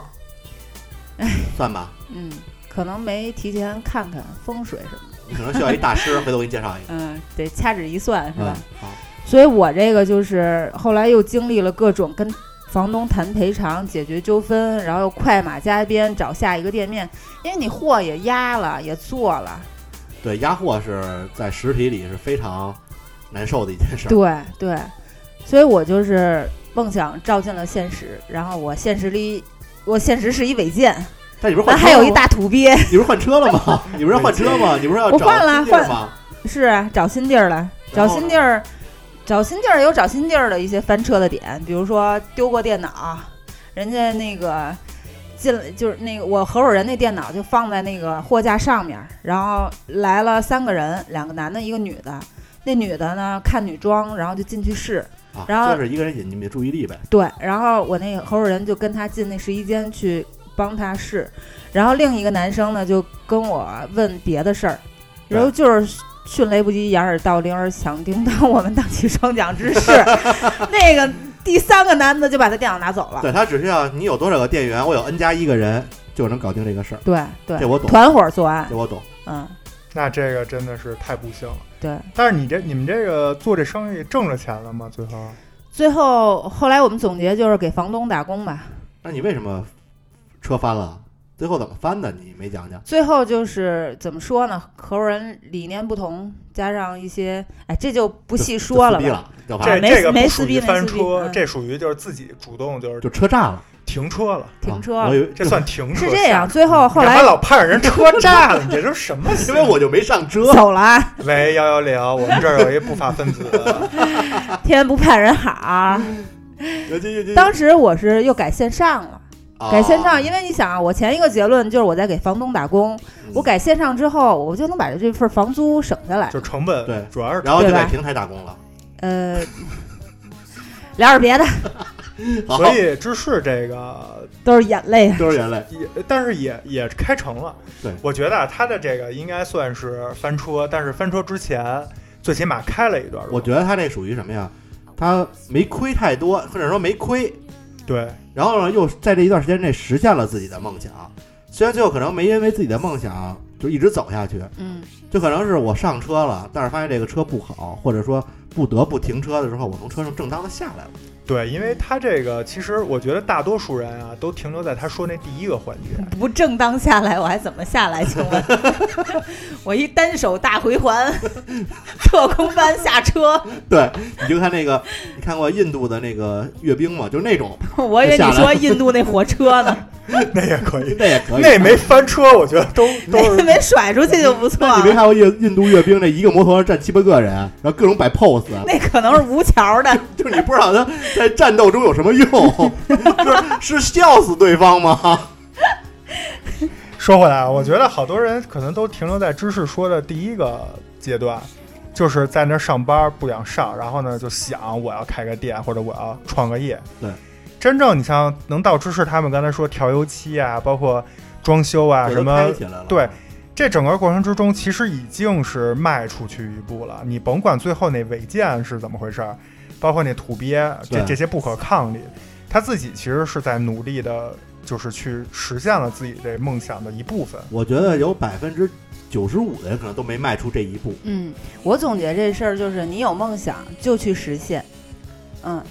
算吧。
嗯。可能没提前看看风水什么的，
你可能需要一大师，回头我给你介绍一个，
嗯，得掐指一算是吧？
嗯，好，
所以我这个就是后来又经历了各种跟房东谈赔偿、解决纠纷，然后又快马加鞭找下一个店面，因为你货也压了，也做了，
对，压货是在实体里是非常难受的一件事儿，
对对，所以我就是梦想照进了现实，然后我现实里。我现实是一违建，
但你不是换
完
车
还有一
吗，
大土鳖，
你不是换车了吗？你不是要换车吗？你不是要
我
找
换了
新地儿
换
吗？
是啊，找新地儿了，找
然后
新地儿，找新地儿有找新地儿的一些翻车的点，比如说丢过电脑，人家那个进来就是那个我合伙人那电脑就放在那个货架上面，然后来了三个人，两个男的，一个女的。那女的呢看女装，然后就进去试，
啊，
然后
就是一个人引你们的注意力呗。
对，然后我那个合伙人就跟他进那试衣间去帮他试，然后另一个男生呢就跟我问别的事儿，
对
然后就是迅雷不及掩耳盗铃而响叮当，我们荡起双桨 之势，那个第三个男的就把他电脑拿走了。
对他只需要你有多少个店员，我有 n 加一个人就能搞定这个事儿，
对对，
这我懂
团伙作案
这，我懂。
嗯，
那这个真的是太不幸了。
对。
但是你这你们这个做这生意挣着钱了吗？最后
最后后来我们总结就是给房东打工吧，
那你为什么车翻了？最后怎么翻的？你没讲讲？
最后就是怎么说呢？合伙人理念不同，加上一些，哎，这就不细说
就
了
撕逼
吧。
了，就
这
反
没
这个
没
不
撕
属
逼
于翻
没撕逼
车，
嗯
这属于就是自己主动就是
就车炸了，
停车了，
停车
啊我以为
这算停车。
是这样，，最后后
你
来
还老盼着人车炸了，你这都什么行
因
为？
为我就没上车。
走了啊，
喂幺幺零，我们这儿有一不法分子，
天不怕人好。
呃
啊
嗯
当时我是又改线上了，
啊
改线
哦
上，因为你想啊，我前一个结论就是我在给房东打工，我
改。
改线上之后，我就能把这份房租省下来
就。成本
对
主要是
嗯然后就
对吧
在平台打工了。
呃，聊点别的，嗯
好，
所以芝士这个
都是眼泪啊。
都是人类，
也，但是也也开成了。
对
我觉得啊，他的这个应该算是翻车，但是翻车之前最起码开了一段路。
我觉得他这属于什么呀？他没亏太多，或者说没亏，
对，
然后呢，又在这一段时间内实现了自己的梦想。虽然最后可能没因为自己的梦想就一直走下去，
嗯，
就可能是我上车了，但是发现这个车不好，或者说不得不停车的时候，我从车上正当的下来了。
对，因为他这个其实我觉得大多数人啊都停留在他说那第一个环节，
不正当下来，我还怎么下来？请问， 我一单手大回环，特工班下车，
对，你就看那个，你看过印度的那个阅兵吗？就那种，
我以为你说印度那火车呢，
那也可以，
哎那也可以。
那 没翻车，我觉得都都
没
是
没甩出去就不错
那你没看过印印度阅兵那一个摩托上站七八个人，然后各种摆 pose，
那可能是无桥的，
就是你不知道 他在战斗中有什么 用，就是是笑死对方 吗？
说回来啊，我觉得好多人可能都停留在知识说的第一个阶段，就是在那儿上班不想上，然后呢就想我要开个店或者我要创个业。
对，
真正你像能到知识他们刚才说调油漆啊，包括装修啊什么
开，起来了？
对，这整个过程之中，其实已经是迈出去一步了。你甭管最后那违建是怎么回事儿，包括那土鳖，这
对
这些不可抗力，他自己其实是在努力的，就是去实现了自己这梦想的一部分。
我觉得有百分之九十五的人可能都没迈出这一步。
嗯， 我总结这事儿就是，你有梦想就去实现，嗯，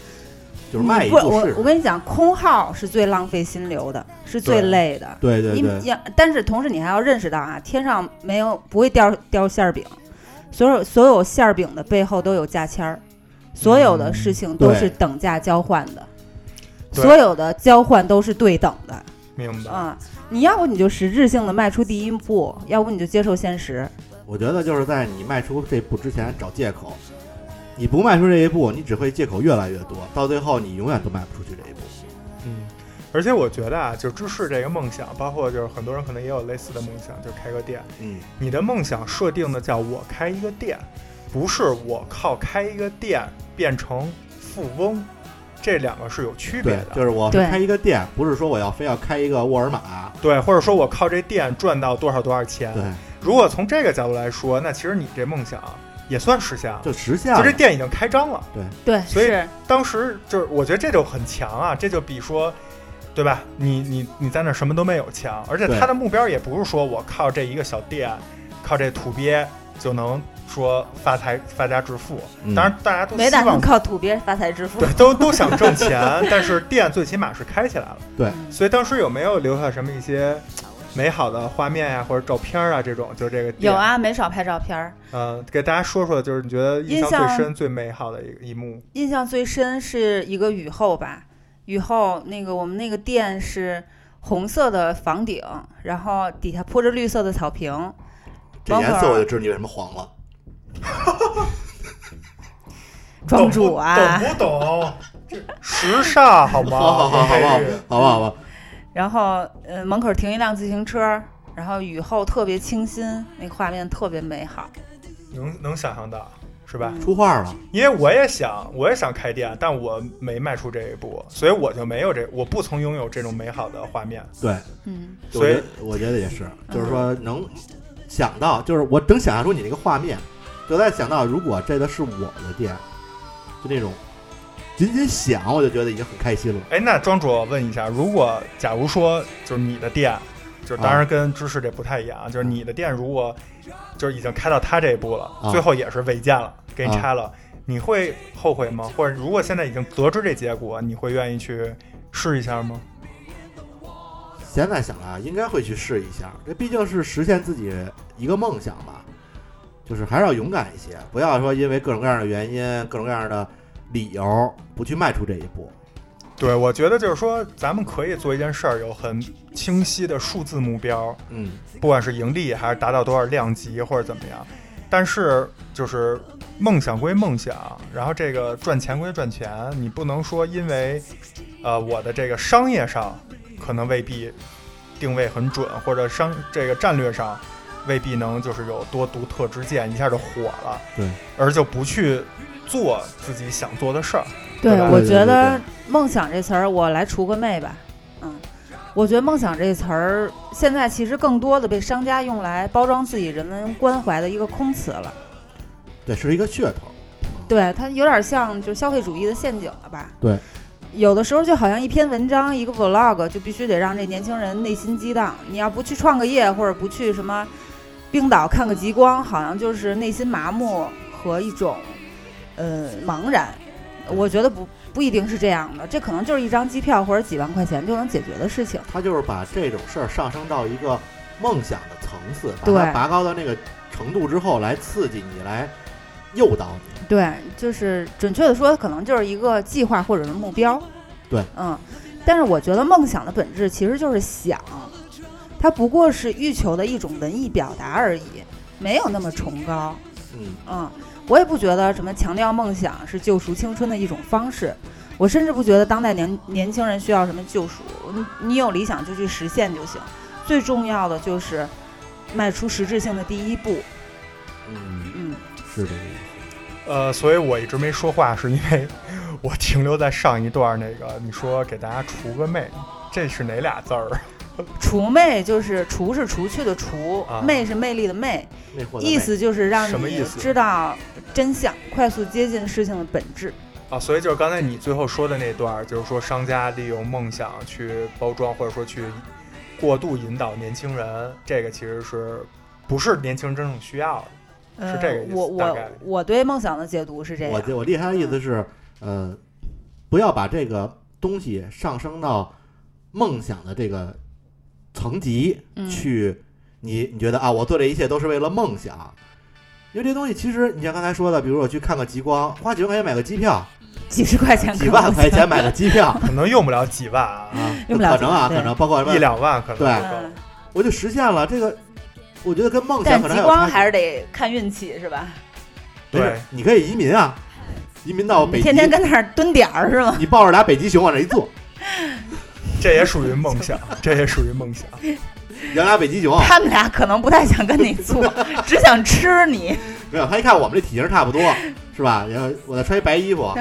就是迈一
你不
步
我
是
我，跟你讲，空号是最浪费心流的，是最
对
累的。
对对
你
对，
要，但是同时你还要认识到啊，天上没有不会掉掉馅儿饼，所有所有馅儿饼的背后都有价签儿，所有的事情都
对
是等价交换的，
嗯对
所有的交换都是对等的。
明白？
啊、你要不你就实质性的迈出第一步，要不你就接受现实。
我觉得就是在你迈出这步之前找借口，你不迈出这一步，你只会借口越来越多，到最后你永远都迈不出去这一步。
嗯。而且我觉得啊，就芝士这个梦想，包括就是很多人可能也有类似的梦想，就是开个店。
嗯，
你的梦想设定的叫我开一个店，不是我靠开一个店变成富翁，这两个是有区别
对
的。，
就是我是
对
开一个店，不是说我要非要开一个沃尔玛。
对，或者说我靠这店赚到多少多少钱。
对，
如果从这个角度来说，那其实你这梦想也算实现了，
就实现
就
了
这。店已经开张了。
对，
所以
是
当时就是我觉得这就很强啊，这就比说，对吧？你你你在那什么都没有强，而且
对
他的目标也不是说我靠这一个小店，靠这土鳖就能说发财发家致富。
嗯
当然，大家都
没
希
打算
望。
靠土鳖发财致富
对。，都都想挣钱，但是店最起码是开起来了。
对，
所以当时有没有留下什么一些美好的画面呀、或者照片啊这种？就是这个店
有，啊，没少拍照片儿。
嗯、给大家说说，就是你觉得印
印
象最
象
深、最美好的一一幕。
印象最深是一个雨后吧，雨后那个我们那个店是红色的房顶，然后底下铺着绿色的草坪，
这颜色我就知道你为什么黄了。
庄主啊
懂，不懂？时尚好 吗？
好好好好不好？好不好吧？
然后呃门口停一辆自行车，然后雨后特别清新，那个画面特别美好。
能能想象到是吧？
出画了，
因为我也想，我也想开店，但我没迈出这一步，所以我就没有这，我不曾拥有这种美好的画面。
对，
嗯，
我
所
觉
以
得我觉得也是，就是说能想到，就是我能想象出你那个画面，就在想到如果这个是我的店，就那种仅仅想我就觉得已经很开心了。
哎，那庄主，我问一下，如果假如说就是你的店，就是当然跟芝士这不太一样，啊、就是你的店如果就是已经开到他这一步了，
啊
最后也是违建了，给你拆了，你会后悔吗？或者如果现在已经得知这结果，你会愿意去试一下吗？
现在想来应该会去试一下，这毕竟是实现自己一个梦想吧，就是还是要勇敢一些，不要说因为各种各样的原因、各种各样的理由不去迈出这一步。
对，我觉得就是说，咱们可以做一件事儿，有很清晰的数字目标，
嗯，
不管是盈利还是达到多少量级或者怎么样，但是就是梦想归梦想，然后这个赚钱归赚钱，你不能说因为呃我的这个商业上可能未必定位很准，或者商这个战略上未必能就是有多独特之见，一下就火了，
对，
而就不去做自己想做的事儿。
对
对吧，
我
对对
觉
对
得
对
“梦想”这词儿，我来除个魅吧。嗯，我觉得“梦想”这词儿现在其实更多的被商家用来包装自己人文关怀的一个空词了。
对，是一个噱头。
对，它有点像就消费主义的陷阱了吧？
对，
有的时候就好像一篇文章、一个 vlog，就必须得让这年轻人内心激荡。你要不去创个业，或者不去什么冰岛看个极光，好像就是内心麻木和一种呃茫然。我觉得不不一定是这样的，这可能就是一张机票或者几万块钱就能解决的事情。
他就是把这种事儿上升到一个梦想的层次，把它
对
拔高到那个程度之后，来刺激你，来诱导你。
对，就是准确的说，可能就是一个计划或者是目标。
对，
嗯，但是我觉得梦想的本质其实就是想，它不过是欲求的一种文艺表达而已，没有那么崇高。
嗯，
嗯，我也不觉得什么强调梦想是救赎青春的一种方式，我甚至不觉得当代年年轻人需要什么救赎，嗯你你有理想就去实现就行，最重要的就是迈出实质性的第一步。
嗯，
嗯，
是这个意思。
呃，所以我一直没说话，是因为我停留在上一段那个你说给大家除个魅，这是哪俩字儿？
除魅就是除是除去的除，
啊
魅是魅力的魅，
魅惑的
意思就是让
什么意
你
思
知道真相，快速接近事情的本质。
啊，所以就是刚才你最后说的那段儿，就是说商家利用梦想去包装，或者说去过度引导年轻人，这个其实是不是年轻人真正需要的？
呃
这个意思
我
大
我
概
我对嗯梦想的解读是这
魅力。我
样。
这我厉害的意思是，呃，不要把这个东西上升到梦想的这个层级
嗯
去。你你觉得啊，我做这一切都是为了梦想，因为这东西其实你像刚才说的，比如我去看个极光，花几万块钱买个机票，
几十块钱，
几万块钱买个机票
可能用不了几万啊，
啊，
用
可
不了
能啊，
几万对
可能包括什么
一两万可能 就
对
够了
嗯。
我就实现了这个。我觉得跟梦想
但
可能
极
有
光
差距
还是得看运气，是吧？
没事
对，
你可以移民啊，移民到北
你
极，
天天跟那儿蹲点儿是吗？
你抱着俩北极熊往这一坐，
这也属于梦想，这也属于梦想。
养俩北极 熊，
他们俩可能不太想跟你做，只想吃你。
没有，他一看我们这体型差不 多，是吧？然后我再穿一白衣服，
我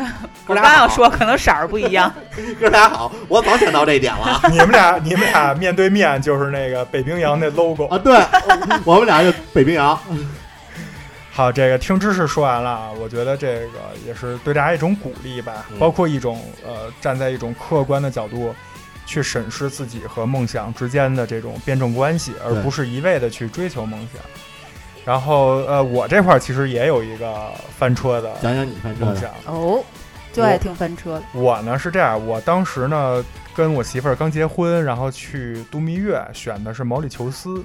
哥
刚
俩
要
好，
说，可能色儿不一样。
哥俩好，我早想到这一点 了
你们俩，你们俩面对面就是那个北冰洋那 logo
啊！对，我们俩就北冰洋，
好，这个听知识说完了啊，我觉得这个也是对大家一种鼓励吧，
嗯
包括一种呃，站在一种客观的角度去审视自己和梦想之间的这种辩证关系，而
对
不是一味的去追求梦想。然后呃，我这块儿其实也有一个翻车的
讲讲你翻车
梦
的，
想，
哦，就爱听翻车的。
我呢是这样，我当时呢跟我媳妇儿刚结婚，然后去度蜜月，选的是毛里求斯。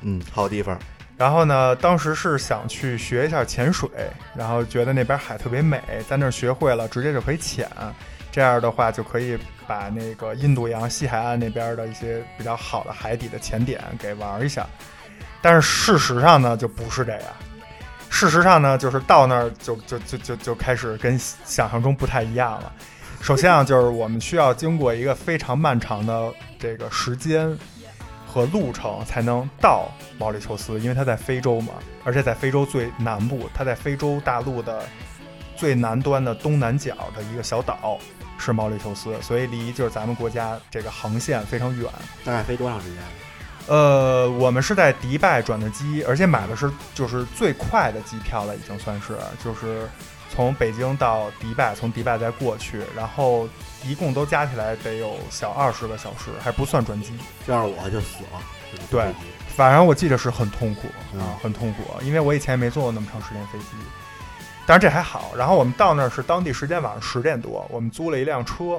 嗯，好地方，
然后呢，当时是想去学一下潜水，然后觉得那边海特别美，在那儿学会了，直接就可以潜。这样的话，就可以把那个印度洋西海岸那边的一些比较好的海底的潜点给玩一下。但是事实上呢，就不是这样。事实上呢，就是到那儿就就就就就开始跟想象中不太一样了。首先啊，就是我们需要经过一个非常漫长的这个时间和路程才能到毛里求斯，因为它在非洲嘛，而且在非洲最南部，它在非洲大陆的最南端的东南角的一个小岛是毛里求斯，所以离就是咱们国家这个航线非常远。
大概飞多长时间？
呃，我们是在迪拜转的机，而且买的是就是最快的机票了，已经算是就是从北京到迪拜，从迪拜再过去，然后一共都加起来得有小二十个小时，还不算转机。
要是我就死了。这个
对
飞机
反正我记得是很痛苦
嗯
啊，很痛苦，因为我以前也没坐过那么长时间飞机。但是这还好，然后我们到那儿是当地时间晚上十点多，我们租了一辆车。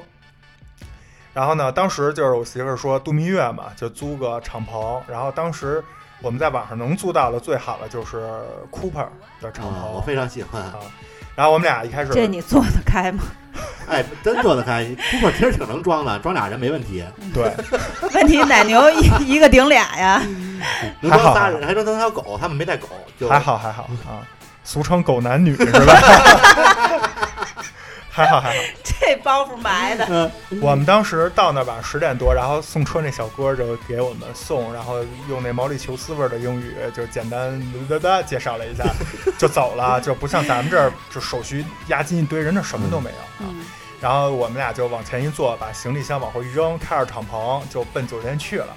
然后呢，当时就是我媳妇儿说度蜜月嘛，就租个敞篷。然后当时我们在网上能租到的最好的就是 Cooper 的敞
啊，我
篷。
非常喜欢
啊。然后我们俩一开始
这你做得开 吗？
哎，真坐得开，不过其实挺能装的，装俩人没问题，
嗯
对
问题奶牛一一个顶俩呀，
能
还
装
好
仨人，还能装条狗，他们没带狗，就
还。好还好啊，俗称狗男女是吧？ 还好还好。
这包袱埋的。
嗯，
我们当时到那儿晚上十点多，然后送车那小哥就给我们送，然后用那毛里求斯味儿的英语就简单哒哒哒介绍了一下，就走了，就不像咱们这儿就手续押金一堆人，那什么都没有。
嗯，
然后我们俩就往前一坐，把行李箱往后一扔，开着敞篷就奔酒店去了。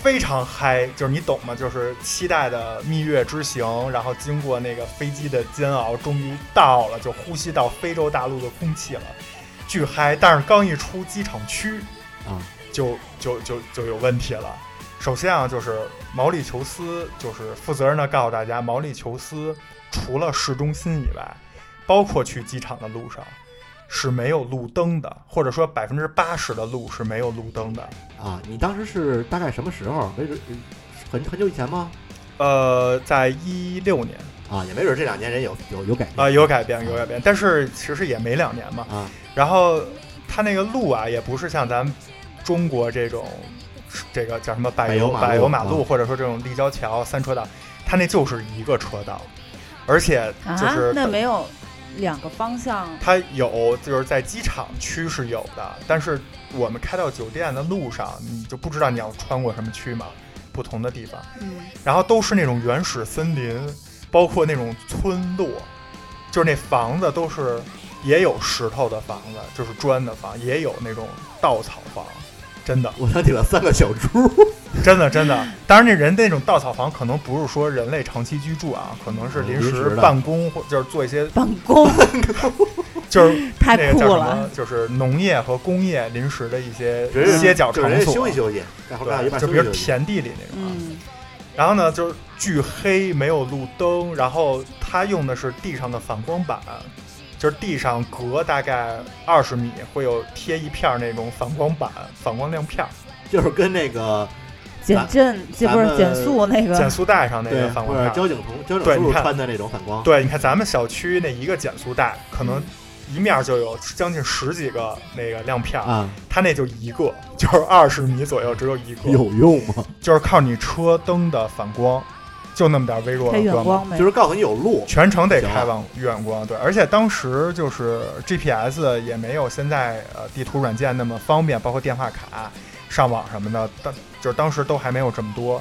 非常嗨，就是你懂吗？就是期待的蜜月之行，然后经过那个飞机的煎熬，终于到了，就呼吸到非洲大陆的空气了，巨嗨！但是刚一出机场区，
啊，
就就就就有问题了。首先啊，就是毛里求斯，就是负责任的告诉大家，毛里求斯除了市中心以外，包括去机场的路上是没有路灯的，或者说百分之八十的路是没有路灯的。
啊，你当时是大概什么时候？没准很很久以前吗？
呃，在一六年
啊，也没准这两年人有有有改变
啊、有改变，有改变，但是其实也没两年嘛。
啊
然后它那个路啊，也不是像咱们中国这种这个叫什么柏油
柏
柏
油
油
马路
马路，或者说这种立交桥三车道，它那就是一个车道，而且就
啊
是，
那没有两个方向
它有就是在机场区是有的，但是我们开到酒店的路上，你就不知道你要穿过什么区嘛，不同的地方。
嗯
然后都是那种原始森林，包括那种村落，就是那房子都是也有石头的房子，就是砖的房，也有那种稻草房，真的，
我想起了三个小猪，
真的，真的。当然，那人那种稻草房可能不是说人类长期居住啊，可能是临
临时
时
的
办公或就是做一些
办公，
就是
太
那个
酷
叫什
了
么，，就是农业和工业临时的一些
人家
歇脚
就
场
人家
所
休息，休息，干活干到一
啊对，
半
就
休息
比如
休息。
田地里那种啊。
嗯，
然后呢，就是巨黑，没有路灯，然后它用的是地上的反光板，就是地上隔大概二十米会有贴一片儿那种反光板、反光亮片儿，
就是跟那个
减震这不
咱
是
们
减速那
减
个，
速带上那
对
个，反
或
光
者
片儿。
交警同交警
对
叔
你
叔
看
穿的那种反光，
对，你看咱们小区那一个减速带，可能一面就有将近十几个那个亮片儿，
啊，
它那就一个，就是二十米左右只有一个，
有用吗？
就是靠你车灯的反光，就那么点儿微弱
开
的
远
光嘛
光没
就？是告诉你有路，
全程得
行
开往远光，对，而且当时就是 GPS 也没有现在呃地图软件那么方便，包括电话卡、上网什么的，当就是当时都还没有这么多，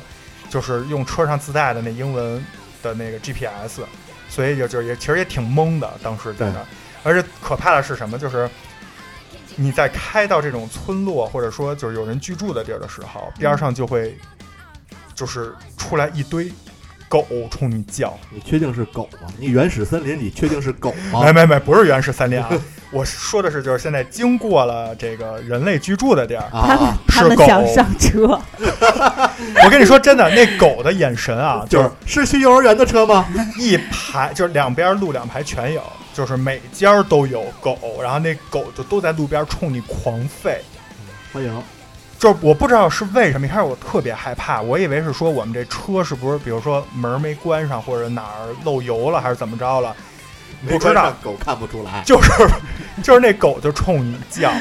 就是用车上自带的那英文的那个 GPS，所以就就也其实也挺懵的，当时在那儿，而且可怕的是什么？就是你在开到这种村落或者说就是有人居住的地儿的时候，边上就会就是出来一堆狗冲你叫。
你确定是狗吗？你原始森林里确定是狗吗
没？没没，不是原始森林啊！我说的是，就是现在经过了这个人类居住的地儿。
他们
啊，
他们
是狗
想上车，
我跟你说真的，那狗的眼神啊，
就是是去幼儿园的车吗？
一排，就是两边路两排全有，就是每家儿都有狗，然后那狗就都在路边冲你狂吠。
欢迎，
就是我不知道是为什么，一开始我特别害怕，我以为是说我们这车是不是，比如说门没关上，或者哪儿漏油了，还是怎么着了，
没
不知
关
道
上，狗看不出来。
就是就是那狗就冲你叫，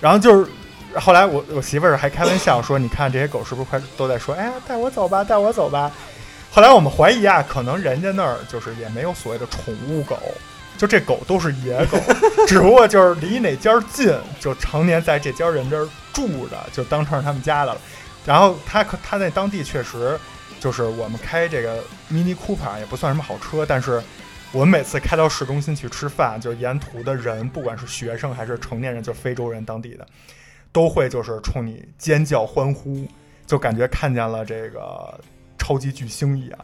然后就是后来我我媳妇儿还开玩笑说，你看这些狗是不是快都在说，哎呀带我走吧，带我走吧。后来我们怀疑啊，可能人家那儿就是也没有所谓的宠物狗，就这狗都是野狗，只不过就是离哪家近，就常年在这家人这儿住着，就当成是他们家的了。然后他可他那当地确实就是我们开这个 Mini Cooper 啊也不算什么好车，但是我们每次开到市中心去吃饭，就沿途的人，不管是学生还是成年人，就非洲人当地的，都会就是冲你尖叫欢呼，就感觉看见了这个超级巨星啊一样。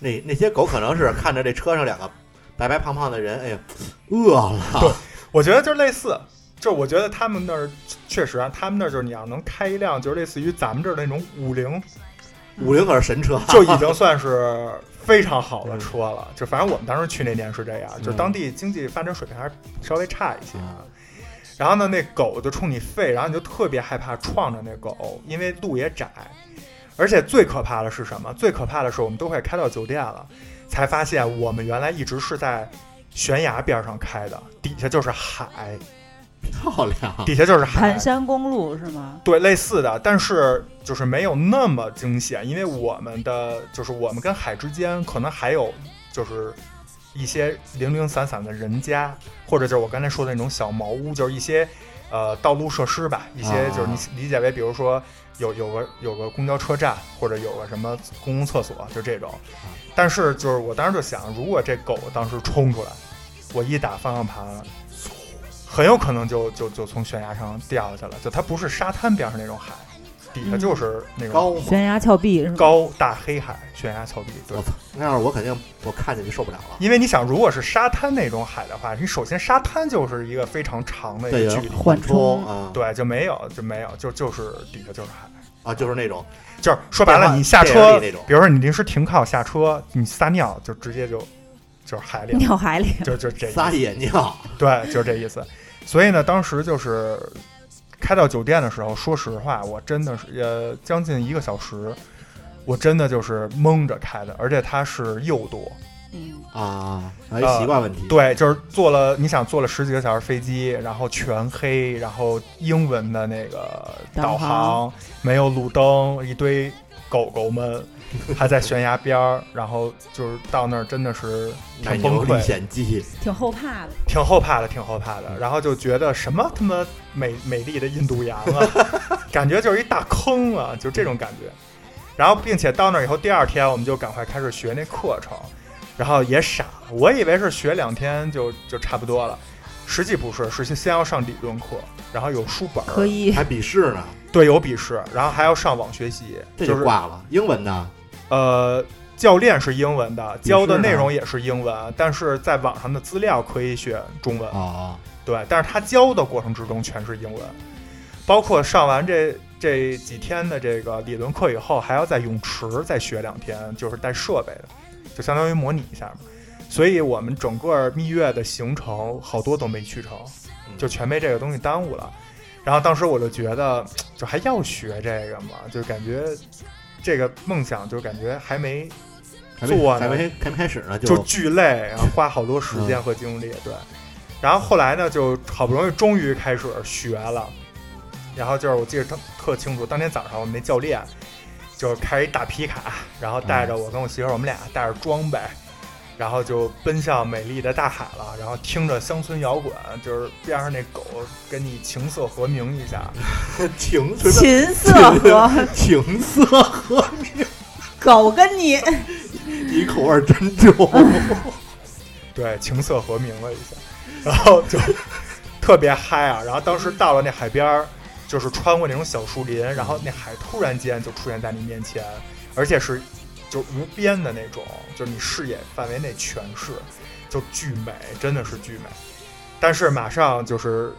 那那些狗可能是看着这车上两个白白胖胖的人，哎呀，饿了，
我觉得就类似，就是我觉得他们那儿确实啊，他们那儿就是你要能开一辆，就是类似于咱们这儿那种五菱，
五菱可是神车，
就已经算是非常好的车了。就反正我们当时去那年是这样，就当地经济发展水平还是稍微差一些。啊。然后呢，那狗就冲你吠，然后你就特别害怕撞着那狗，因为路也窄。而且最可怕的是什么？最可怕的是我们都快开到酒店了，才发现我们原来一直是在悬崖边上开的，底下就是海，
漂亮。
底下就是海
盘。山公路是吗？
对，类似的，但是就是没有那么惊险，因为我们的就是我们跟海之间可能还有就是一些零零散散的人家，或者就是我刚才说的那种小茅屋，就是一些呃道路设施吧，一些
啊
就是你理解为，比如说有有个有个公交车站，或者有个什么公共厕所，就这种。但是就是我当时就想，如果这狗当时冲出来，我一打方向盘，很有可能就就就从悬崖上掉下去了。就它不是沙滩边上那种海，底下就是那种
嗯高嘛，
悬崖峭壁是 吗？
高大黑海、悬崖峭壁。对
我，操，那要是我肯定我看见就受不了了。
因为你想，如果是沙滩那种海的话，你首先沙滩就是一个非常长的一
对，
个距离，
缓
冲
啊，
对，就没有就没有，就就是底下就是海。
啊，就是那种
就是说白
电话
了，你下
电影
车，
里那种
比如说你临时停靠下车，你撒尿就直接就就是海里 了，
尿海里，
就就这意思
撒野尿，
对，就是这意思。所以呢，当时就是开到酒店的时候，说实话，我真的是呃将近一个小时，我真的就是蒙着开的，而且它是右舵，
嗯，
啊，哎，
呃
习惯问题，
对，就是坐了你想坐了十几个小时飞机，然后全黑，然后英文的那个导
导航
没有路灯，一堆狗狗们还在悬崖边儿，然后就是到那儿真的是
奶
挺崩
牛
溃
历险记，
挺后怕的。
挺后怕的，挺后怕
嗯
的。然后就觉得什么他妈美美丽的印度洋啊， 感觉就是一大坑啊，就这种感觉。然后，并且到那儿以后，第二天我们就赶快开始学那课程，然后也傻了，我以为是学两天就就差不多了，实际不是，实际先要上理论课，然后有书本 儿，
可以，
还笔试呢，
对，有笔试，然后还要上网学习，
这
就
就是挂了。英文呢？
呃，教练是英文的，
笔试呢
教的内容也是英文，但是在网上的资料可以选中文。
啊，
对，但是他教的过程之中全是英文，包括上完这这几天的这个理论课以后，还要在泳池再学两天，就是带设备的，就相当于模拟一下嘛。所以我们整个蜜月的行程好多都没去成，就全被这个东西耽误了。然后当时我就觉得，就还要学这个嘛，就感觉这个梦想就感觉还没
还没
做呢
还没还没开始呢，
就
就
巨累，然后花好多时间和精力，对。然后后来呢，就好不容易终于开始学了，然后就是我记得特特清楚，当天早上我们那教练就是开一大皮卡，然后带着我跟我媳妇儿，我们俩带着装备，然后就奔向美丽的大海了，然后听着乡村摇滚，就是边上那狗跟你琴瑟和鸣一下，
情
琴瑟和
情色和
狗跟你，
你口味真重，
对，琴瑟和鸣了一下， 然后就特别嗨啊！然后当时到了那海边儿，就是穿过那种小树林，然后那海突然间就出现在你面前，而且是就无边的那种，就是你视野范围内全是，就巨美，真的是巨美。但是马上就是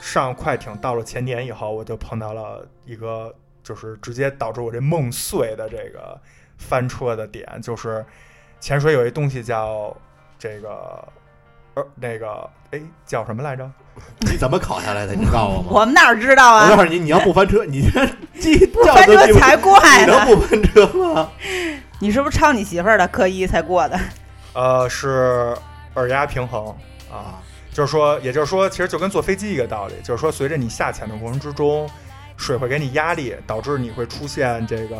上快艇到了前年以后，我就碰到了一个就是直接导致我这梦碎的这个翻车的点，就是潜水有一东西叫这个，呃，那个，哎，叫什么来着？
你怎么考下来的？你告诉我吗？
我们哪儿知道
我告
啊？
诉你，你要不翻车，你这记
不
叫
翻
都记
车
不住
才怪
你能
呢！
不翻车吗？
你是不是抄你媳妇儿的科一才过的？
呃，是耳压平衡啊，
啊，
就是说，也就是说，其实就跟坐飞机一个道理，就是说，随着你下潜的过程之中，水会给你压力，导致你会出现这个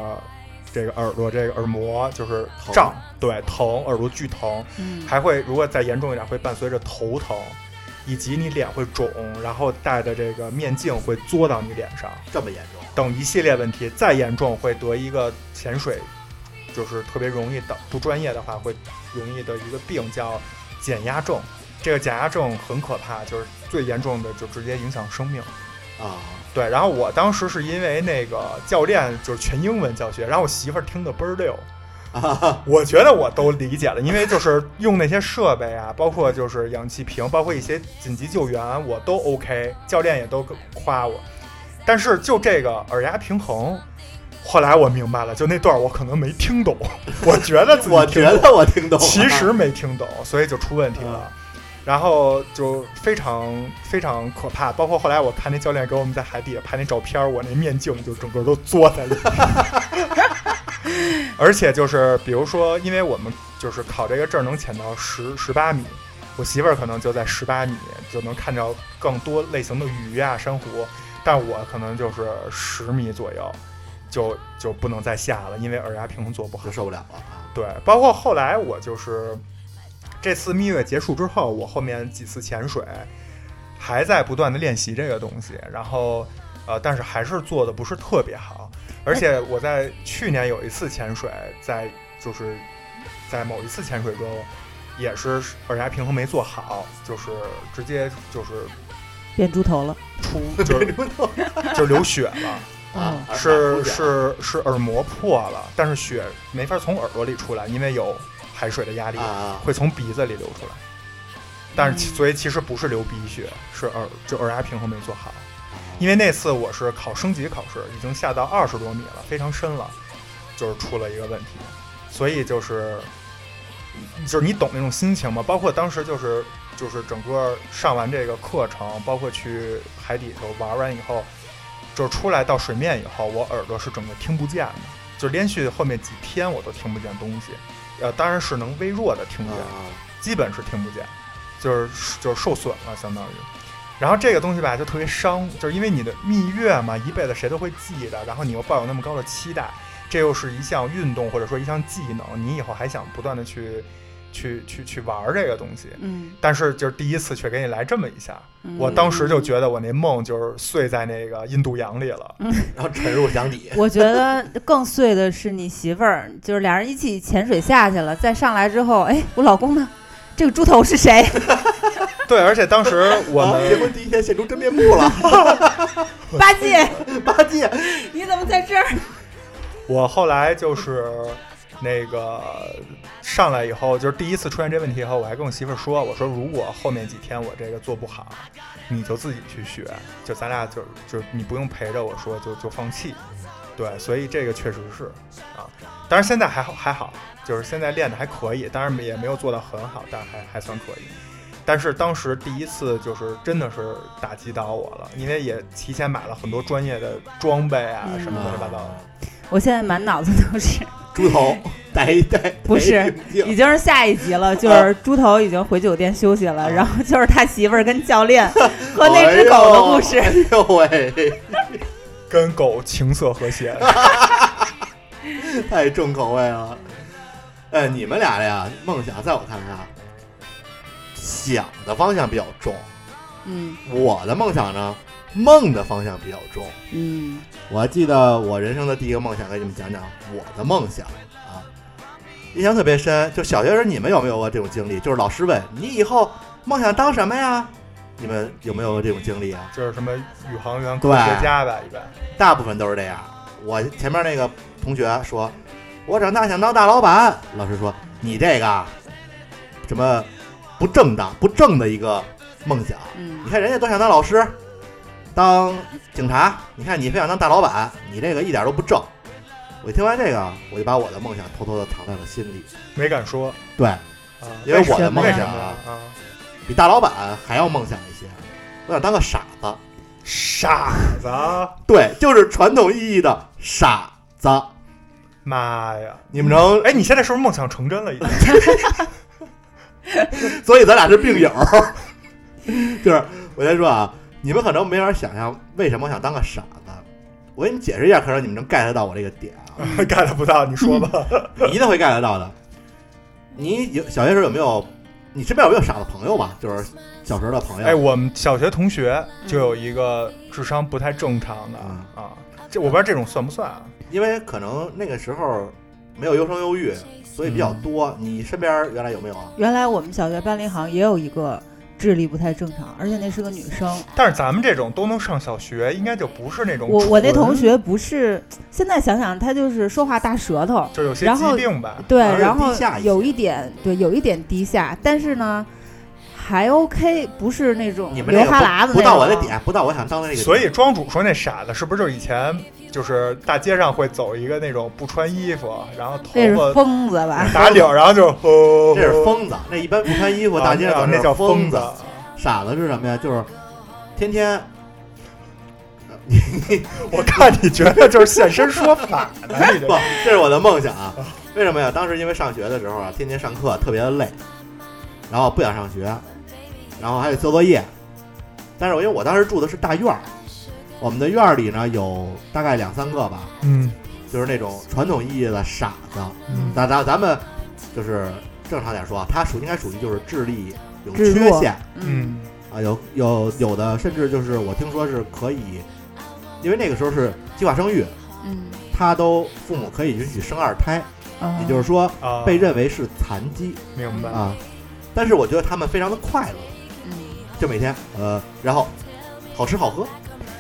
这个耳朵这个耳膜就是
疼
胀，对，疼，耳朵巨疼，
嗯
还会如果再严重一点会伴随着头疼，以及你脸会肿，然后戴的这个面镜会作到你脸上。
这么严重？
等一系列问题，再严重会得一个潜水，就是特别容易的，不专业的话会容易的一个病叫减压症。这个减压症很可怕，就是最严重的就直接影响生命。
啊，
对，然后我当时是因为那个教练就是全英文教学，然后我媳妇儿听得倍儿溜，我觉得我都理解了，因为就是用那些设备啊，包括就是氧气瓶，包括一些紧急救援，我都 OK，教练也都夸我，但是就这个耳压平衡。后来我明白了，就那段我可能没听懂，我觉得自己
我觉
听懂
得我听懂了，嗯
其实没听懂，所以就出问题了。然后就非常非常可怕，包括后来我看那教练给我们在海底下拍那照片，我那面镜就整个都嘬在里面。 而且就是比如说，因为我们就是考这个证能潜到十十八米，我媳妇儿可能就在十八米就能看到更多类型的鱼啊、珊瑚，但我可能就是十米左右就就不能再下了，因为耳压平衡做不好
就。受不了了啊。
对，包括后来我就是这次蜜月结束之后，我后面几次潜水还在不断的练习这个东西，然后呃，但是还是做的不是特别好。而
哎
且我在去年有一次潜水，在就是在某一次潜水中，也是耳压平衡没做好，就是直接就是
变猪头了。
出 就是就流血了。
嗯
啊，
是是是耳膜破了，但是血没法从耳朵里出来，因为有海水的压力，
啊啊，
会从鼻子里流出来。但是其所以其实不是流鼻血，是耳就耳压平衡没做好。因为那次我是考升级考试，已经下到二十多米了，非常深了，就是出了一个问题。所以就是就是你懂那种心情吗？包括当时就是就是整个上完这个课程，包括去海底头玩完以后，就是出来到水面以后，我耳朵是整个听不见的，就连续后面几天我都听不见东西。呃，当然是能微弱的听
啊
见，
啊
基本是听不见，就是就是受损了，相当于。然后这个东西吧，就特别伤，就是因为你的蜜月嘛，一辈子谁都会记得，然后你又抱有那么高的期待，这又是一项运动或者说一项技能，你以后还想不断的去去去去玩这个东西，
嗯，
但是就是第一次却给你来这么一下，
嗯
我当时就觉得我那梦就是碎在那个印度洋里了，
然后沉入江 底，
我觉得更碎的是你媳妇儿，就是俩人一起潜水下去了，再上来之后，哎，我老公呢？这个猪头是谁？
对，而且当时我
啊 结
们
婚第一天现出真面目了，
八 戒，
八戒
你怎么在这儿？
我后来就是那个上来以后，就是第一次出现这问题以后，我还跟我媳妇儿说，我说如果后面几天我这个做不好，你就自己去学，就咱俩就就你不用陪着我说，就就放弃。对，所以这个确实是啊，当然现在还好还好，就是现在练的还可以，当然也没有做到很好，但还还算可以。但是当时第一次就是真的是打击到我了，因为也提前买了很多专业的装备啊什么乱七八糟的。
我现在满脑子都是，
猪头戴一戴，
不是
戴一
已
眼镜
经是下一集了，
啊
就是猪头已经回酒店休息了，然后就是他媳妇儿跟教练和那只狗的故事。
哎呦喂，
跟狗情色 和谐。
太重口味了。呃，你们俩呀，梦想在我看来啊，想的方向比较重，
嗯
我的梦想呢，梦的方向比较重。
嗯
我记得我人生的第一个梦想，给你们讲讲我的梦想啊，印象特别深。就小学时候你们有没有过这种经历？就是老师问你以后梦想当什么呀？你们有没有过这种经历啊？
就是什么宇航员、科
对
学家吧，一般。
大部分都是这样。我前面那个同学说，我长大想当大老板，老师说你这个啊什么不正当、不正的一个梦想。
嗯
你看人家都想当老师，当警察，你看你非想当大老板，你这个一点都不正。我听完这个，我就把我的梦想偷偷的藏在了心里。
没敢说
对
啊，
因为我
的梦
为
想
什么
啊
呀啊，
比大老板还要梦想一 些，我想当个傻子。
傻子啊，
对，就是传统意义的傻子。
妈呀！
你们能
哎，你现在是不是梦想成真了？已经
所以咱俩是病友。 就是我先说啊，你们可能没法想象为什么我想当个傻子，我给你解释一下，可能你们能 get 到我这个点啊，
get 不到，你说
嗯
吧。
你一定会 get 到的。你有小学时候有没有？你身边有没有傻子朋友吧？就是小时候的朋友。
哎，我们小学同学就有一个智商不太正常的
嗯
啊，这我不知道这种算不算啊？
因为可能那个时候没有优生优育，所以比较
嗯
多。你身边原来有没有啊？
原来我们小学班里好像也有一个智力不太正常，而且那是个女生。
但是咱们这种都能上小学，应该就不是那种
我我那
纯
同学不是，现在想想她就是说话大舌 头，
就有些
然
疾
后
病吧。
对，
还是
然后
低下一些
有一点对，有一点低下，但是呢还 OK，不是那种
你们
流
这个
哈喇子
不不到我的
种。啊
点，不到我想当的那个点。
所以庄主说那傻子是不是就是以前就是大街上会走一个那种不穿衣服，然后头
这是
发
疯子吧？
打 领，然后就呼
这是疯子，那一般不穿衣服大街上
啊
走
那叫
疯
子。
傻子是什么呀？就是天 天
我看你觉得就是现身说法呢，你
不
这，
这是我的梦想啊！为什么呀？当时因为上学的时候啊，天天上课特别的累，然后不想上学，然后还得做作业。但是我因为我当时住的是大院儿，我们的院儿里呢有大概两三个吧，
嗯
就是那种传统意义的傻子。
嗯
咱咱咱们就是正常点说啊，他属应该属于就是智力有
智
缺
弱
陷
嗯，
嗯
啊，有有有的甚至就是我听说是可以，因为那个时候是计划生育，
嗯，
他都父母可以允许生二胎，
啊
也就是说
啊，
被认为是残疾
明白
啊。但是我觉得他们非常的快乐，
嗯
就每天呃，然后好吃好喝，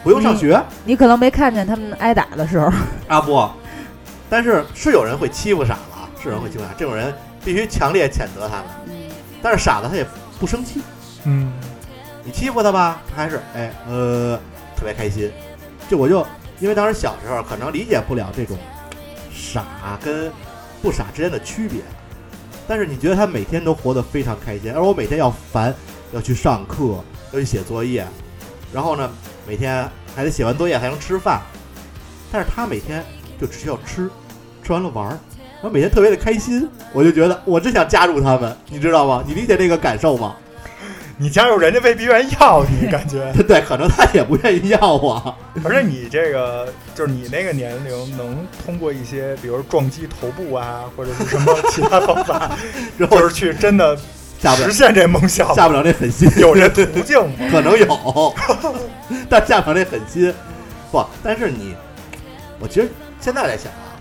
不用上学
嗯
你可能没看见他们挨打的时候。
啊不。但是是有人会欺负傻子啊，是有人会欺负傻子，这种人必须强烈谴责他们。
嗯
但是傻子他也不生气，
嗯，
你欺负他吧，他还是哎呃特别开心。就我就因为当时小时候可能理解不了这种傻跟不傻之间的区别，但是你觉得他每天都活得非常开心，而我每天要烦，要去上课，要去写作业，然后呢每天还得写完作业才能吃饭，但是他每天就只需要吃，吃完了玩儿。然后每天特别的开心，我就觉得我真想加入他们，你知道吗？你理解这个感受吗？
你加入人家未必愿意要你，感觉。
对，可能他也不愿意要我。
而且你这个就是你那个年龄，能通过一些，比如撞击头部啊，或者是什么其他方 法，
然后
就是去真的
下不
实
了，
现这梦想，
下不了这狠心，
有这途径吗？
可能有， 但下不了这狠心。不，但是你，我其实现在来想啊，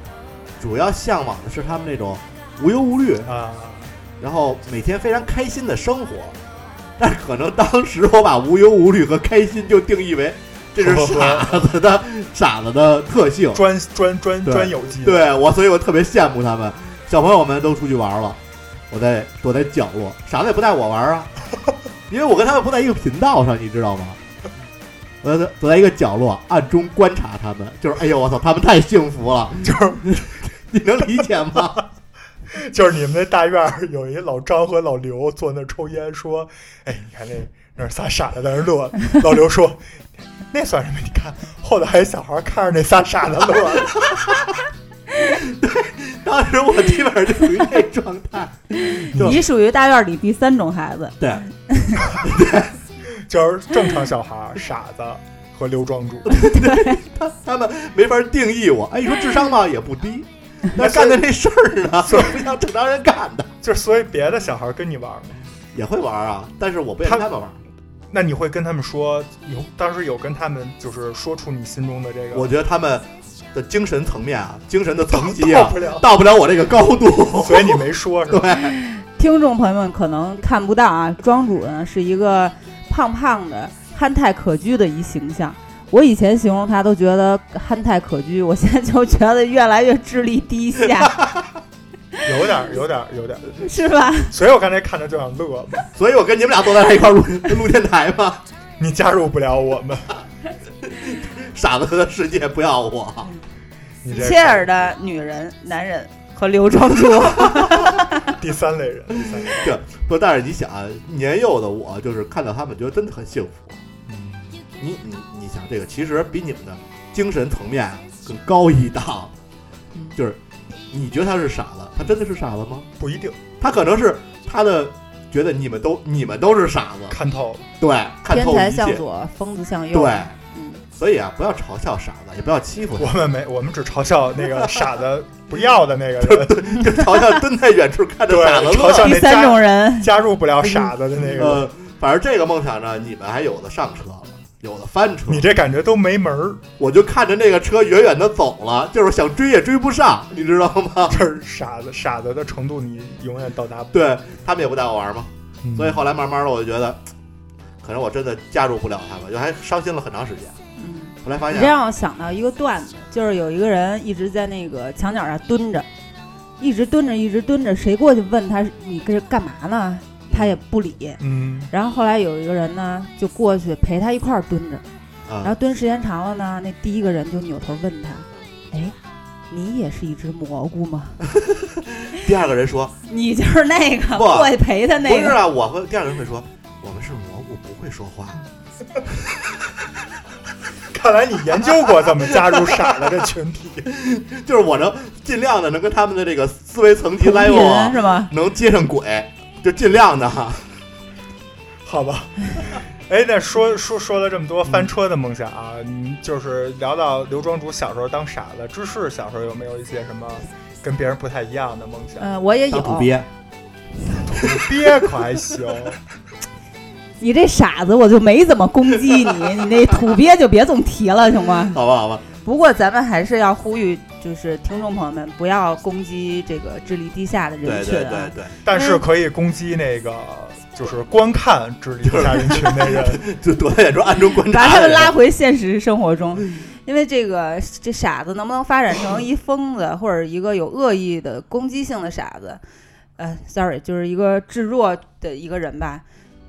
主要向往的是他们那种无忧无虑，
啊，
然后每天非常开心的生活。但是可能当时我把无忧无虑和开心就定义为这是傻子的傻子的特性，
专专专
对
专有技能，
对我，所以我特别羡慕他们。小朋友们都出去玩了，我在躲在角落，傻子也不带我玩啊，因为我跟他们不在一个频道上，你知道吗？我在躲在一个角落，暗中观察他们，就是哎呦我操，他们太幸福 了，就是你 能理解吗？
就是你们那大院儿有一老张和老刘坐那儿抽烟，说：“哎，你看那那仨傻子在那儿乐。”老刘说：“ 那算什么？你看后头还有小孩看着那仨傻子乐。
当时我基本上就属于那状态，
你属于大院里第三种孩子，
对，”
就是正常小孩儿、傻子和刘庄主。
他他们没法定义我。哎，你说智商吧也不低，
那
但
所以
干的这事儿呢，
所以
不像正常人干的。
就是所以别的小孩跟你玩儿吗？
也会玩啊，但是我不愿意
他
跟他们玩。
那你会跟他们说，有当时有跟他们就是说出你心中的这个，
我觉得他们的精神层面啊，精神的层级
到
啊
不，了，
到不了 我这个高度。
所以你没说是吧？
听众朋友们可能看不到啊，庄主呢是一个胖胖的、憨态可掬的一形象。我以前形容他都觉得憨态可掬，我现在就觉得越来越智力低下，
有点儿，有点儿，有点儿。
是吧？
所以我刚才看着就想乐，
所以我跟你们俩坐在一块儿录录电台嘛，
你加入不了我们，
傻子的世界不要我。
嗯
你这
切尔的女人、男人和刘庄 主，
第三类人，第三类人。
对，不，但是你想，啊，年幼的我就是看到他们，觉得真的很幸福。你你你想，这个其实比你们的精神层面更高一档，
嗯
就是你觉得他是傻子，他真的是傻子吗？
不一定
他可能是他的觉得你们都你们都是傻子，
看透了。
对，看
天
透
才
一
向
切，
左，疯子向右。
对。
嗯，
所以啊，不要嘲笑傻子，也不要欺负
我
他，
们没，我们只嘲笑那个傻子不要的那个人，
就嘲笑蹲在远处看着
对
傻子
嘲笑
乐。
第三种人，
加入不了傻子的那个。
呃，反正这个梦想呢，你们还有的上车了，有的翻车。
你这感觉都没门儿，
我就看着那个车远远的走了，就是想追也追不上，你知道吗？
就是傻子傻子的程度，你永远到达不
对他们也不带我玩嘛，
了。
嗯所以后来慢慢的我就觉得，可能我真的加入不了他们，就还伤心了很长时间。
嗯
后来发
你这
现，
让我想到一个段子，就是有一个人一直在那个墙角那儿蹲着，一直蹲着，一直蹲着，谁过去问他你这干嘛呢？他也不理。
嗯，
然后后来有一个人呢，就过去陪他一块儿蹲着，然
啊，
后蹲时间长了呢，那第一个人就扭头问他：“哎，你也是一只蘑菇吗？
第二个人 说，
你就是那个
不
过去陪他
不
那
是
个。
啊，我会。第二个人会说，我们是蘑菇，不会说话。
看来你研究过怎么加入傻子这群体。
就是我能尽量的能跟他们的这个思维层”级 level
人
啊
是吗？
能接上轨，就尽量的哈。
好吧。 哎，那说说说了这么多翻车的梦想啊，嗯就是聊到刘庄主小时候当傻子，芝士小时候有没有一些什么跟别人不太一样的梦 想？
嗯，我也有。
鳖，
憋可还行，
你这傻子，我就没怎么攻击你，你那土鳖就别总提了，行吗？
好吧，好吧，
不过咱们还是要呼吁，就是听众朋友们不要攻击这个智力低下的人
对
群
对
啊
对。对。
但是可以攻击那个就是观看智力下人群的人。
就躲在远处暗中观
把
察
他
的
们
人，嗯
拉回现实生活中，因为这个这傻子能不能发展成一疯子，或者一个有恶意的攻击性的傻子，呃，sorry，就是一个至弱的一个人吧，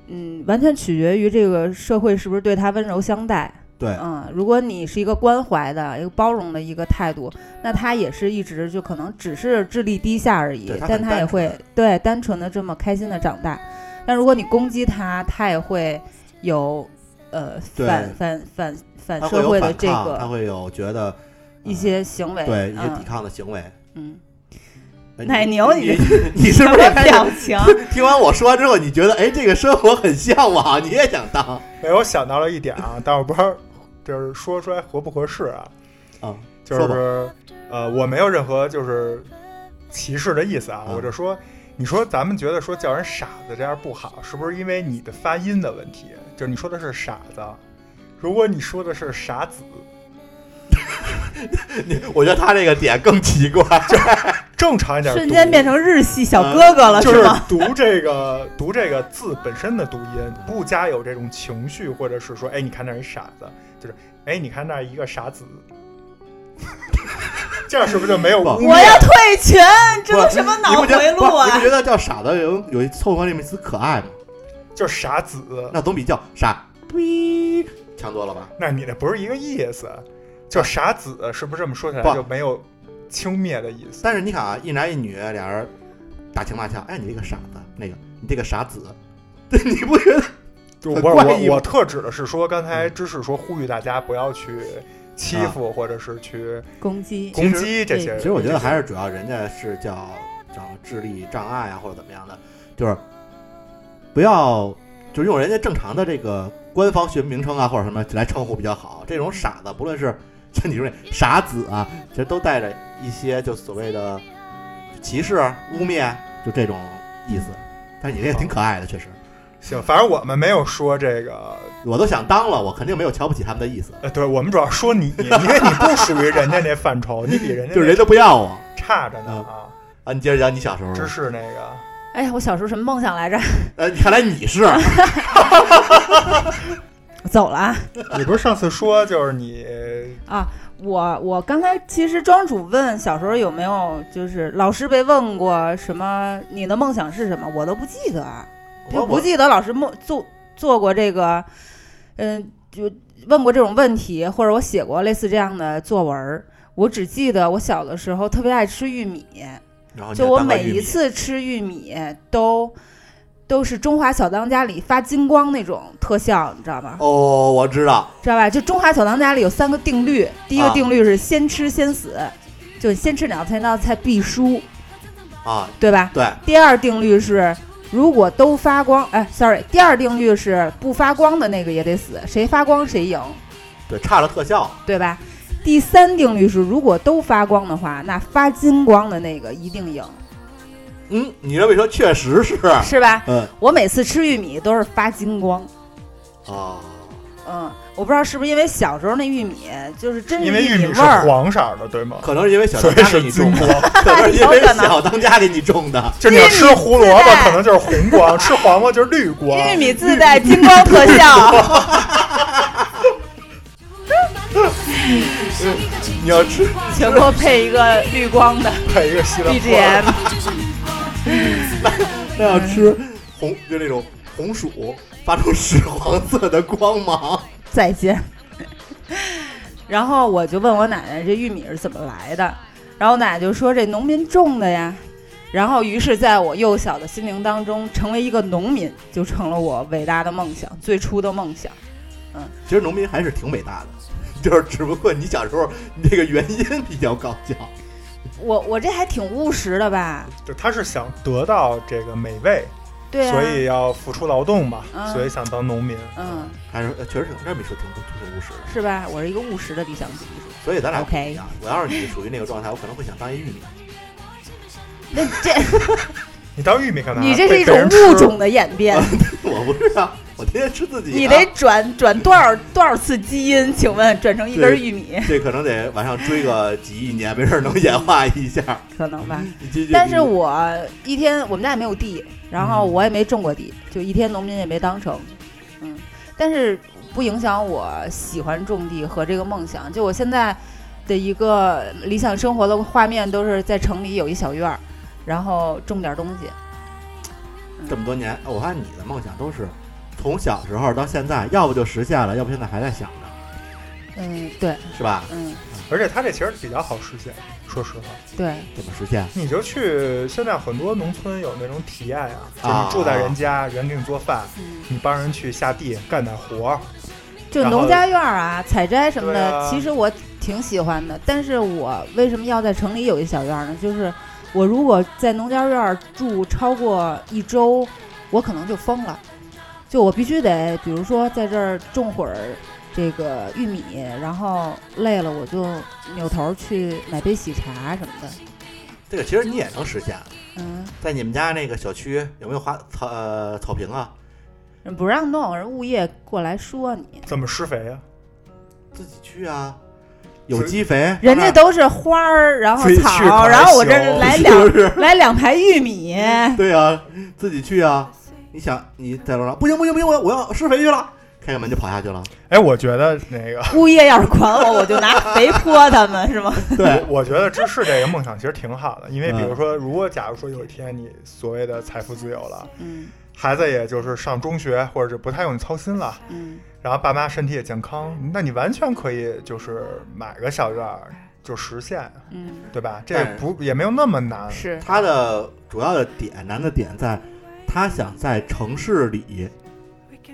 嗯，完全取决于这个社会是不是对他温柔相待。
对
嗯，如果你是一个关怀的、一个包容的一个态度，那他也是一直就可能只是智力低下而已
对，他
但
很
他也
单
会对单纯的这么开心的长大。但如果你攻击他，他也会有呃
对
反反反反
他会
社
有
会的
反
这
抗，他
个
会有觉得
一些行为。
对一些抵
嗯
抗的行为。
嗯，
哎
奶牛
你
你
你你是
什
不是
么
开
表
始
情？
听完我说完之后，你觉得哎，这个生活很向往，你也想当
哎，我想到了一点啊，但我不知道就是说出来合不合适啊，
啊？
就
说吧
是呃，我没有任何就是歧视的意思啊，
嗯
我就说，你说咱们觉得说叫人傻子这样不好，是不是因为你的发音的问题？就是你说的是傻子，如果你说的是傻子，
你我觉得他这个点更奇怪，
正常一点读，
瞬间变成日系小哥哥了、
嗯就是是
吗？
读这个读这个字本身的读音，不加有这种情绪，或者是说，哎，你看那儿一傻子，就是哎，你看那儿一个傻子。 这样是不是就没有
不
污蔑
我要退群，这
不
都
是
什么
你
脑
不觉
回
得
路
不是你
啊
不？觉得叫傻子有有一凑合那么一丝可爱吗？
就傻子？
那总比叫傻逼强多了吧？
那你那不是一个意思，就傻子是不是这么说起来
不
就没有轻蔑的意思？
但是你看啊，一男一女俩人打情骂俏，哎，你这个傻子，那个你这个傻子， 对，你不觉得？
就
很
我
怪
我
异吗
我特指的是说，刚才知识说呼吁大家不要去欺负或者是去
攻击
攻击这些人。
其实我觉得还是主要人家是叫叫智力障碍啊，或者怎么样的，就是不要就是用人家正常的这个官方学名称啊，或者什么来称呼比较好。这种傻子，不论是像你说那傻子啊，其实都带着一些就所谓的歧视、污蔑，就这种意思。但是你这也挺可爱的，确实，
行，反正我们没有说这个，
我都想当了，我肯定没有瞧不起他们的意思，
呃，对我们主要说你， 因为你不属于人家那范畴，你比人家
就是人都不要我
那差着呢啊。
啊！你接着讲你小时候吧，
知识那个，
哎呀，我小时候什么梦想来着？
呃，看来你是
我 走了啊。
你不是上次说就是你
我我刚才其实庄主问小时候有没有就是老师被问过什么你的梦想是什么，我都不记得，啊
我
就不记得老师梦做做过这个，嗯、就问过这种问题，或者我写过类似这样的作文儿。我只记得我小的时候特别爱吃玉米，
然后你
就
还
我
当过
每
玉
一
米
次吃玉米都都是《中华小当家》里发金光那种特效，你知道吗？
哦，我知道，
知道吧？就《中华小当家》里有三个定律，第一个
啊
定律是先吃先死，就先吃两道菜，那道菜必输，
啊，
对吧？
对，
第二定律是，如果都发光，哎，sorry，第二定律是不发光的那个也得死，谁发光谁赢。
对，差了特效，
对吧？第三定律是，如果都发光的话，那发金光的那个一定赢，
嗯，你这么一说，确实是，
是吧？
嗯
我每次吃玉米都是发金光，
啊，
嗯，我不知道是不是因为小时候那玉米就是真是
因为玉
米
米
味
是
儿，
黄色儿的，对吗？
可能是因为小
所
当
以
家给
是
你
金
种的，
光。
可能是因为
有可能
小当家给你种的，
就是你要吃胡萝卜
玉米自带，
可能就是红光；吃黄瓜就是绿光。
玉米自带金光特效，
你要 吃
请给我配一个绿光的
配一个西兰花。
BGM。
那要吃红就那种红薯发出屎黄色的光芒，
再见。然后我就问我奶奶这玉米是怎么来的，然后我奶奶就说这农民种的呀。然后于是在我幼小的心灵当中，成为一个农民就成了我伟大的梦想，最初的梦想。
其实农民还是挺伟大的。 就是，只不过你小时候那个原因比较搞笑，
我我这还挺务实的吧？
就他是想得到这个美味，
对啊，
所以要付出劳动嘛，
嗯
所以想当农民。
嗯，
还是呃确实挺这么一说挺挺务实的。
是吧？我是一个务实的理想 主义。
所以咱俩不
OK
一样。我要是你属于那个状态，我可能会想当一玉米。
那这
你当玉米干嘛？
你这是一
啊被别
种
人吃
物。种的演 变，
我不是啊，我天天吃自己、啊。
你得转转多少多少次基因？请问转成一根
对
玉米
这可能得往上追个几亿年，没准儿能演化一 下。
可能
嗯
吧？
你继续
但是我一天我们家也没有地，然
嗯
后我也没种过地，就一天农民也没当成，嗯，但是不影响我喜欢种地和这个梦想。就我现在的一个理想生活的画面都是在城里有一小院儿，然后种点东西。
这么多年，哦我发现你的梦想都是从小时候到现在，要不就实现了，要不现在还在想着，
嗯，对，
是吧？
嗯，
而且他这其实比较好实现。说实话，
对，
怎么实现？
你就去现在很多农村有那种体验啊，就
啊
你住在人家，人给你做饭，
嗯，
你帮人去下地干点活儿。
就
然后
农家院儿啊、采摘什么的，
对啊
其实我挺喜欢的。但是我为什么要在城里有一小院儿呢？就是我如果在农家院儿住超过一周，我可能就疯了。就我必须得，比如说在这儿种会儿这个玉米，然后累了我就扭头去买杯喜茶什么的。
这个其实你也能实现，
嗯，
在你们家那个小区有没有花草呃草坪啊？
人不让弄，人物业过来说你，
怎么施肥啊？
自己去啊，有机肥，
人家都是花儿，然后
自己去烤
草，
点
然后我这
熊
来
是不
两
是？
来两排玉 米。
嗯
对啊，自己去啊。你想你在楼上不行不行不行，我我要施肥去了，开个门就跑下去 了。
哎，我觉得那个，
物业要是管我，我就拿肥泼他们，是吗？
对，
我觉得芝士这个梦想其实挺好的，因为比如
嗯
说，如果假如说有一天你所谓的财富自由了，
嗯
孩子也就是上中学，或者是不太用你操心了，
嗯，
然后爸妈身体也健康，那你完全可以就是买个小院儿就实现，
嗯，
对吧？这
但是
不也没有那么难。
是
他的主要的点难的点在，他想在城市里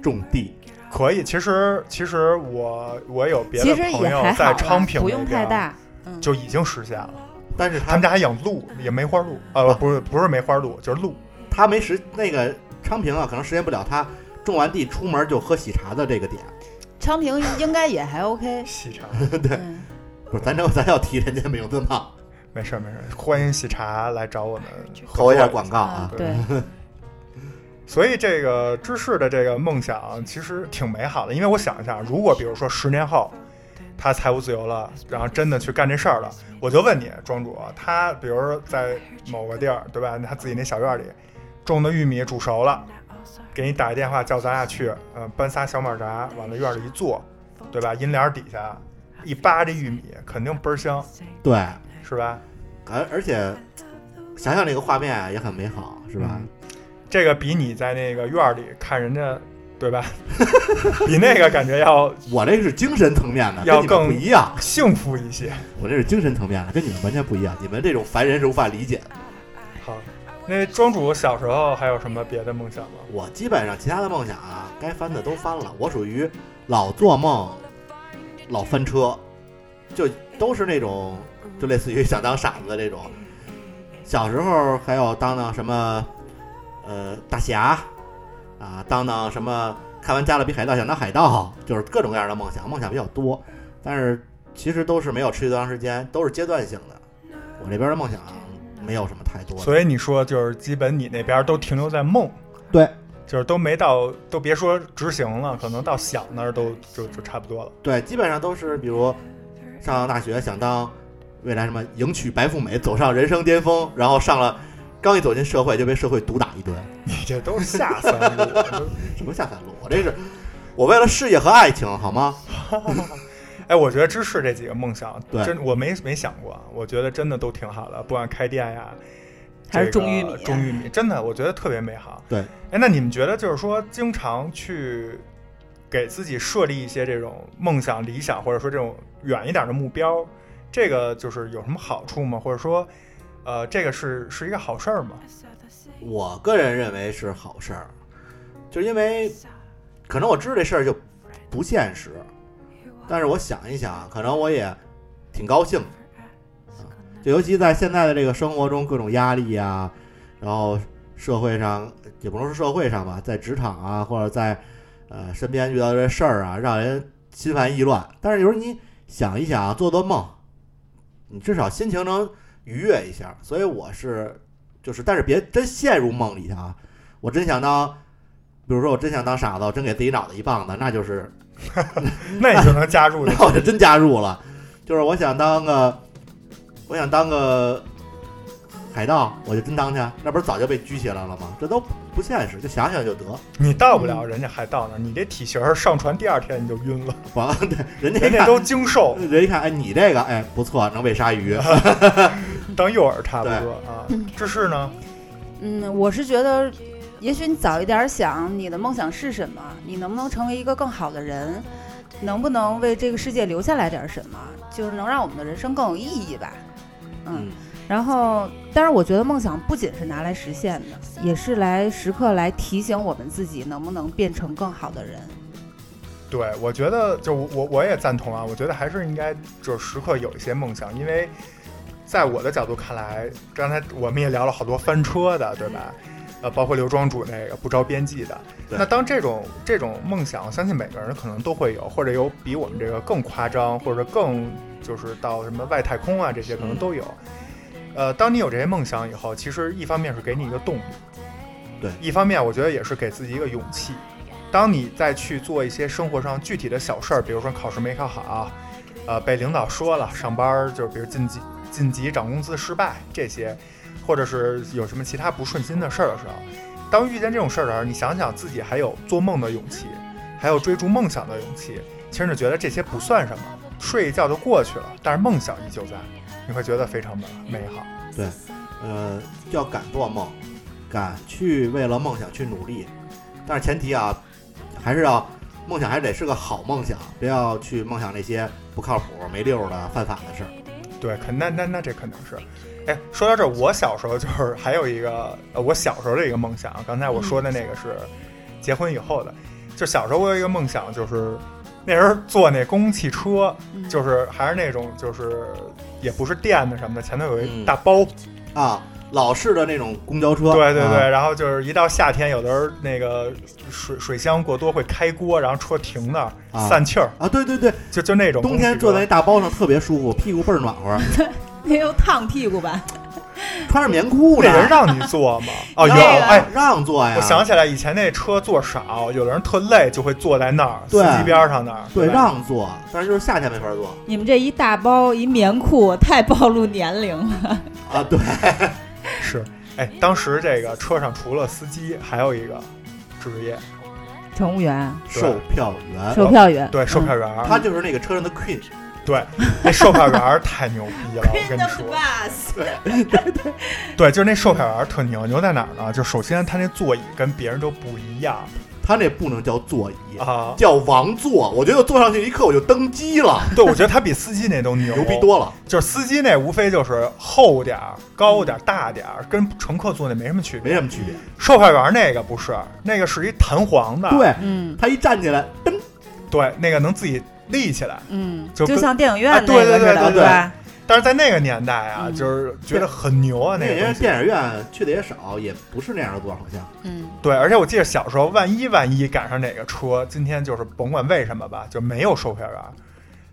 种地，
可以，其实其实我我有别
其
的
实
朋
也
友
还
在
好
昌
啦，
平
不
那
用
边
太大。嗯，
就已经实现了，
但是
他
他
们家还养鹿，也梅花鹿，呃，
啊
不是不是梅花鹿，就是鹿。
他没实那个昌平啊，可能实现不了他种完地出门就喝喜茶的这个点。
昌平应该也还 OK。
喜茶，
对
嗯，
不是，咱这咱要提人家名字吗？
没事儿没事儿，欢迎喜茶来找我们
投一下
合作
广告啊
啊，，对，
所以这个芝士的这个梦想其实挺美好的，因为我想一下，如果比如说十年后他财务自由了，然后真的去干这事儿了，我就问你，庄主，他比如说在某个地儿，对吧？他自己那小院里种的玉米煮熟了，给你打一电话叫咱俩去，呃，搬仨小马扎往那院里一坐，对吧？阴帘底下一扒这玉米，肯定倍儿香，
啊对，
是吧？
而而且想想这个画面啊也很美好，是吧？
嗯这个比你在那个院儿里看人家，对吧？ 比那个感觉要
我这是精神层面的，跟
要
你们不
更
一样。
幸福一些。
我这是精神层面的，跟你们完全不一样。你们这种凡人是无法理解的。
好，那庄主小时候还有什么别的梦想吗？
我基本上其他的梦想啊，该翻的都翻了。我属于老做梦，老翻车，就都是那种，就类似于想当傻子的这种。小时候还有当当什么，呃，大侠啊，当当什么看完《加勒比海盗》想当海盗，就是各种各样的梦想，梦想比较多，但是其实都是没有持续多长时间，都是阶段性的。我这边的梦想没有什么太多的，
所以你说就是基本你那边都停留在梦，
对，
就是都没到，都别说执行了，可能到想那儿都就就差不多了。
对，基本上都是比如上大学想当未来什么迎娶白富美，走上人生巅峰，然后上了刚一走进社会就被社会毒打一顿，
你这都是下三路，都
什么下三路？我这是我为了事业和爱情好吗？
哎，我觉得芝士这几个梦想，
对
真我没没想过，啊我觉得真的都挺好的，不管开店呀，
还是
这个
种玉米
种玉米，真的我觉得特别美好。
对，
哎，那你们觉得就是说，经常去给自己设立一些这种梦想、理想，或者说这种远一点的目标，这个就是有什么好处吗？或者说，呃，这个是是一个好事儿吗？
我个人认为是好事儿，就是因为可能我知道这事儿就不现实，但是我想一想，可能我也挺高兴的。啊就尤其在现在的这个生活中，各种压力呀、然后社会上也不能说社会上吧，在职场啊，或者在呃身边遇到这事儿啊，让人心烦意乱。但是有时候你想一想，做做梦，你至少心情能愉悦一下。所以我是就是，但是别真陷入梦里啊！我真想当，比如说我真想当傻子，我真给自己脑袋一棒子，那就是
那你就能加入
那我就真加入了。就是我想当个，我想当个海盗，我就真当去，啊那不是早就被拘起来了吗？这都不现实，就想想就得。
你到不
嗯
了人家海盗那儿，你这体型儿上船第二天你就晕了，
完，对人家一
人家
看，
都精瘦，
人一看，哎，你这个，哎，不错，能喂鲨 鱼。
当诱饵差不
对
多啊。芝士呢？
嗯，我是觉得，也许你早一点想你的梦想是什么，你能不能成为一个更好的人，能不能为这个世界留下来点什么，就是能让我们的人生更有意义吧。嗯，
嗯
然后，当然，我觉得梦想不仅是拿来实现的，也是来时刻来提醒我们自己能不能变成更好的人。
对，我觉得就我我我也赞同啊，我觉得还是应该就是时刻有一些梦想，因为在我的角度看来，刚才我们也聊了好多翻车的，对吧？呃，包括刘庄主那个不着边际的。
对
那当这种这种梦想，我相信每个人可能都会有，或者有比我们这个更夸张，或者更就是到什么外太空啊这些可能都有。呃，当你有这些梦想以后，其实一方面是给你一个动力，
对
一方面我觉得也是给自己一个勇气。当你再去做一些生活上具体的小事儿，比如说考试没考好，呃，被领导说了，上班儿就是比如晋级晋级涨工资失败这些，或者是有什么其他不顺心的事儿的时候，当遇见这种事儿的时候，你想想自己还有做梦的勇气，还有追逐梦想的勇气，其实你觉得这些不算什么，睡一觉就过去了，但是梦想依旧在，你会觉得非常的美好。
呃，要敢做梦，敢去为了梦想去努力，但是前提啊，还是要梦想还是得是个好梦想，不要去梦想那些不靠谱、没溜儿的、犯法的事儿。
对，肯那那那这肯定是。哎，说到这儿，我小时候就是还有一个，呃，我小时候的一个梦想，刚才我说的那个是结婚以后的。就小时候我有一个梦想，就是那时候坐那公共汽车，
嗯
就是还是那种就是也不是电的什么的，前头有一
嗯
大包，
啊，老式的那种公交车，
对对对，
啊
然后就是一到夏天，有的人那个水水箱过多会开锅，然后车停那儿、
啊
散气儿，
啊，对对对，
就就那种
冬天坐在那大包上特别舒服，屁股倍儿暖和，
那又烫屁股吧？
穿着棉裤
那人
呢。
让你坐吗？哦，有
让
哎，
让座呀！
我想起来以前那车座少，有的人特累就会坐在那儿司
对
机边上那儿，
对
吧
让座，但是就是夏天没法坐
你们这一大包一棉裤，太暴露年龄了。
啊。对，
是。哎，当时这个车上除了司机，还有一个职业，
乘务员、
售票员，
售票员，
对，售票员儿。
嗯他就是那个车上的 queen，
对，那售票员儿太牛逼了，我跟你说。
bus，
对，就是那售票员儿特牛，牛在哪儿呢？就首先他那座椅跟别人都不一样
他那不能叫座椅，
啊。
叫王座。我觉得坐上去一刻我就登基了，
对，我觉得他比司机那都牛，
牛逼。多 了，
就是司机那无非就是厚点儿、高点儿、大点儿，跟乘客坐那没什么区别。
没什么区别。
售票员儿那个不是，那个是一弹簧的，
对
嗯
他一站起来，噔，
对，那个能自己立起来。
嗯，
就
就
跟
像电影
啊
院那
对
个
对
似
对
的，
对对
吧？
但是在那个年代啊，
嗯
就是觉得很牛啊，
那
那个东
年
西。
电影院去的也少，也不是那样的多，好像。
嗯，
对，而且我记得小时候，万一万一赶上哪个车，今天就是甭管为什么吧，就没有售票员，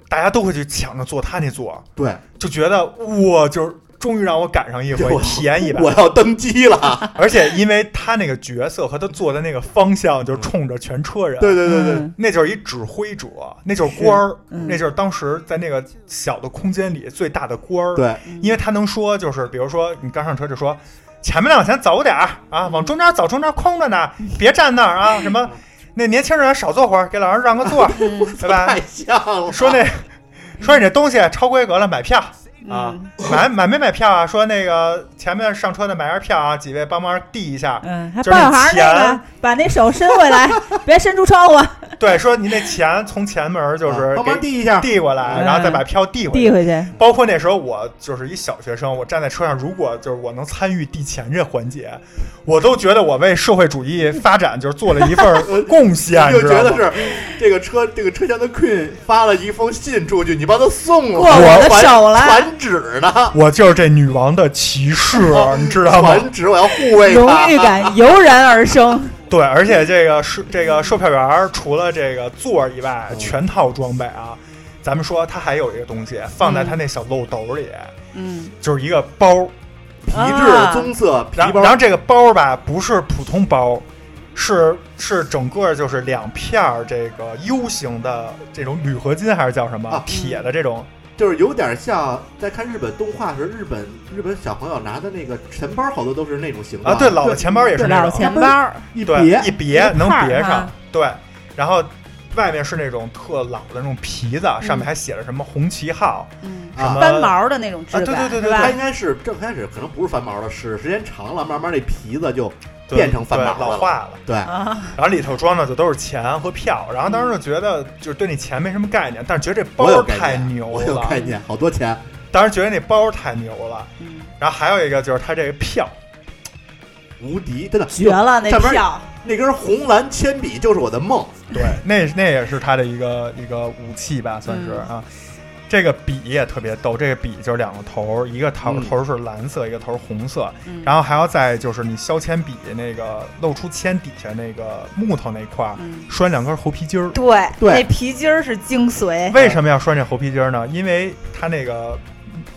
大家都会去抢着坐他那座，
对，
就觉得哇，就是终于让我赶上一回
我，
体验一把
我。要登机 了。
而且因为他那个角色和他坐的那个方向，就冲着全车
嗯
人，
对对对对，
嗯
那就是一指挥者，那就是官儿，
嗯
那就是当时在那个小的空间里最大的官儿。
对，
因为他能说，就是比如说你刚上车就说，前面往前走点儿啊，往中间走，中间空着呢，别站那儿啊，什么那年轻人少坐会儿，给老人让个座儿，对吧？
太像了。
嗯说那说你这东西超规格了，买票
嗯
啊，
嗯
买买没买票啊？说那个前面上车的买张票啊，几位帮忙递一下。
嗯，还
就是
抱小孩儿那
钱
个，把那手伸 回来，别伸出窗户，啊
对，说你那钱从前门儿就是
啊帮忙
给
递一下，
递过来，
嗯
然后再把票递回
递
去。
回去。
包括那时候我就是一小学生，我站在车上，如果就是我能参与递钱这环节，我都觉得我为社会主义发展就是做了一份 儿贡献，
就
知
呃觉
道
得
吗？
是这个车这个车厢的 Queen 发了一封信出去，你帮他送了，
过我的
传
手了
传旨呢，
我就是这女王的骑 士，啊你知道吗？
传旨我要护卫
荣
他。
誉
啊
感油然而生。
对，而且这个售这个售票员儿除了这个座儿以外，
嗯
全套装备啊，咱们说他还有一个东西放
嗯
在他那小漏斗里，
嗯，
就是一个包儿，
皮质
啊
棕色皮
然后
包，
然后这个包儿吧不是普通包。是是整个就是两片儿这个 U 型的这种铝合金还是叫什么、
啊
铁的这种
就是有点像在看日本动画时，日本日本小朋友拿的那个钱包，好多都是那种形状。
啊？对，老的钱包也是那
老
种，
钱包儿，
一
对，
别，
一别能
块儿
别上
哈，
对。然后外面是那种特老的那种皮子，上
嗯
面还写着什么红旗号，
嗯，
啊
什么
翻毛的那种质
啊
感，
对对对对
是
它
吧
应？该是正开始可能不是翻毛的，使时间长了，慢慢那皮子就
对
变成翻
对
版了
老化了。
对，
啊，
然后里头装的就都是钱和票，然后当时就觉得就是对那钱没什么概念，但是觉得这包
我有
儿
概念
太牛
我有概
了，
念，好多钱，
当时觉得那包儿太牛了。然后还有一个就是它这个票，
无敌，真的
绝了那
上边
票，
那根红蓝铅笔就是我的梦，
对，那那也是它的一个一个武器吧，算是啊。这个笔也特别逗，这个笔就是两个头儿，一个头
嗯
头是蓝色，一个头是红色，
嗯
然后还要在就是你削铅笔那个露出铅底下那个木头那块儿
嗯
拴两根猴皮筋儿。
对，
对
那皮筋儿是精髓。
为什么要拴这猴皮筋儿呢？因为它那个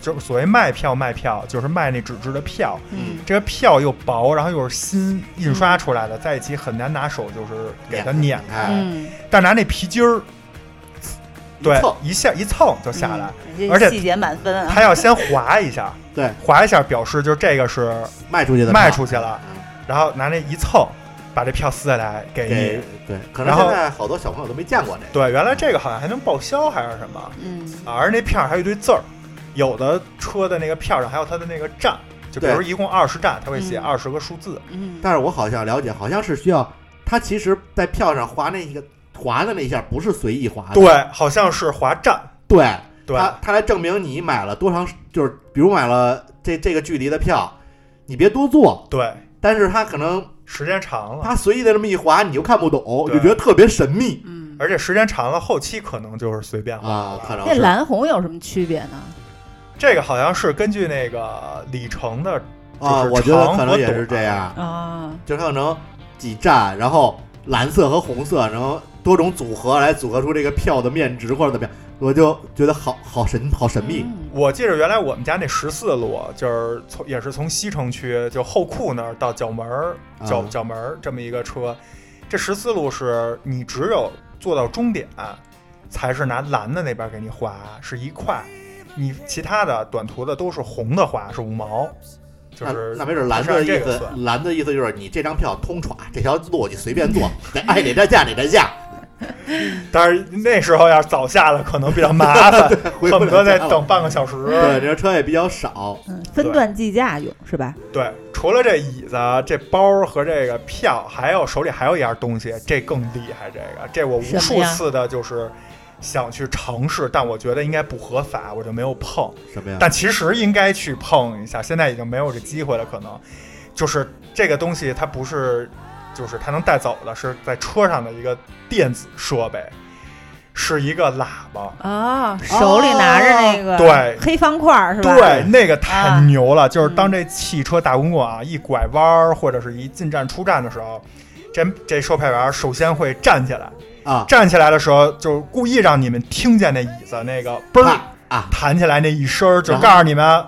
就是所谓卖票卖票，就是卖那纸质的票，
嗯
这个票又薄，然后又是新印刷出来的，在一起很难拿手，就是给它碾
哎
开。
嗯，
但拿那皮筋儿，
一
对
蹭，嗯
一下一蹭就下来，
嗯，
而且
细节满分啊，
它要先划一下，
对，
划一下表示就是这个是，
卖出去的
卖
票
出去了，
嗯
然后拿那一蹭，把这票撕下来给你。
给对，可能
然后
现在好多小朋友都没见过这个，
对，原来这个好像还能报销还是什么，
嗯
啊而那票上还有一堆字儿，有的车的那个票上还有它的那个站，就比如
对
一共二十站，它会写
嗯
二十个数字。
嗯，
但是我好像了解，好像是需要他其实在票上划那一个划的那一下不是随意划的，
对，好像是划站。
对，
对，
他他来证明你买了多长时，就是比如买了这这个距离的票，你别多坐，
对，
但是他可能
时间长了，
他随意的这么一划，你就看不懂，
啊对
就觉得特别神秘
嗯，
而且时间长了，后期可能就是随便划
啊，可能
那
是
蓝红有什么区别呢？
这个好像是根据那个里程的
啊，
就是
我觉得
长
可
和
能也
短
是这样，
啊，
就是他可能几站，然后蓝色和红色，然后多种组合来组合出这个票的面值或者怎么样，我就觉得好好神好神秘，
嗯
我记着原来我们家那十四路就是从也是从西城区就后库那儿到角门儿角
啊
角门儿这么一个车，这十四路是你只有坐到终点才是拿蓝的那边给你划是一块，你其他的短途的都是红的划是五毛，就
那
是
啊那没准蓝的
按
意
这个
思
算，。
蓝的意思就是你这张票通耍，这条路你随便坐， 哪爱哪站下哪站下，
但是那时候要是早下了可能比较麻 烦，
回不
恨不
了
得再
家了
等半个小时。
对，这车也比较少，
嗯，分段计价用是吧？
对，除了这椅子、这包和这个票，还有手里还有一样东西，这更厉害。这个，这我无
什
数
么呀
次的就是想去尝试，但我觉得应该不合法，我就没有碰。
什么呀？
但其实应该去碰一下，现在已经没有这机会了。可能就是这个东西，它不是，就是它能带走的，是在车上的一个电子设备。是一个喇叭。
啊，手里拿着那个，
对
黑方块儿是吧？嗯
对，那个太
啊
牛了！就是当这汽车大公共啊一拐弯儿或者是一进站出站的时候，这这售票员首先会站起来，
啊
站起来的时候就是故意让你们听见那椅子那个嘣儿
啊啊！
弹起来那一声儿，就
然后
告诉你们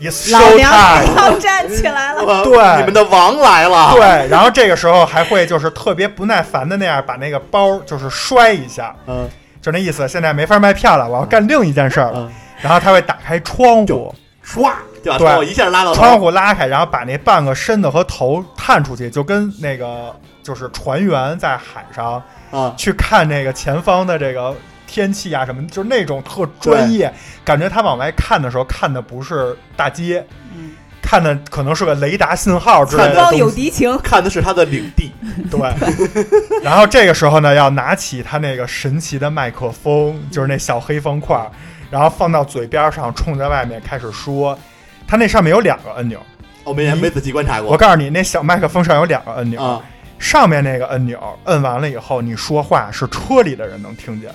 ，It's
老
show
娘
time。
要站起来了，
我
对
你们的王来了，
对，然后这个时候还会就是特别不耐烦的那样把那个包就是摔一下，
嗯
就那意思。现在没法卖票了，我要干另一件事儿了。
嗯，
然后他会打开窗户
就，唰就把
对
窗户一下拉到头
窗户拉开，然后把那半个身子和头探出去，就跟那个就是船员在海上
啊，
去看那个前方的这个天气啊什么，就是那种特专业，感觉他往外看的时候看的不是大街，
嗯
看的可能是个雷达信号之类
看
的
到
东
光
西。
有敌情，
看的是他的领地，
对，然后这个时候呢，要拿起他那个神奇的麦克风，就是那小黑方块儿，然后放到嘴边上，冲在外面开始说。它那上面有两个按钮，
我没
你
没仔细观察
嗯我
过
告诉你，那小麦克风上有两个按钮，
啊
上面那个按钮摁完了以后，你说话是车里的人能听见，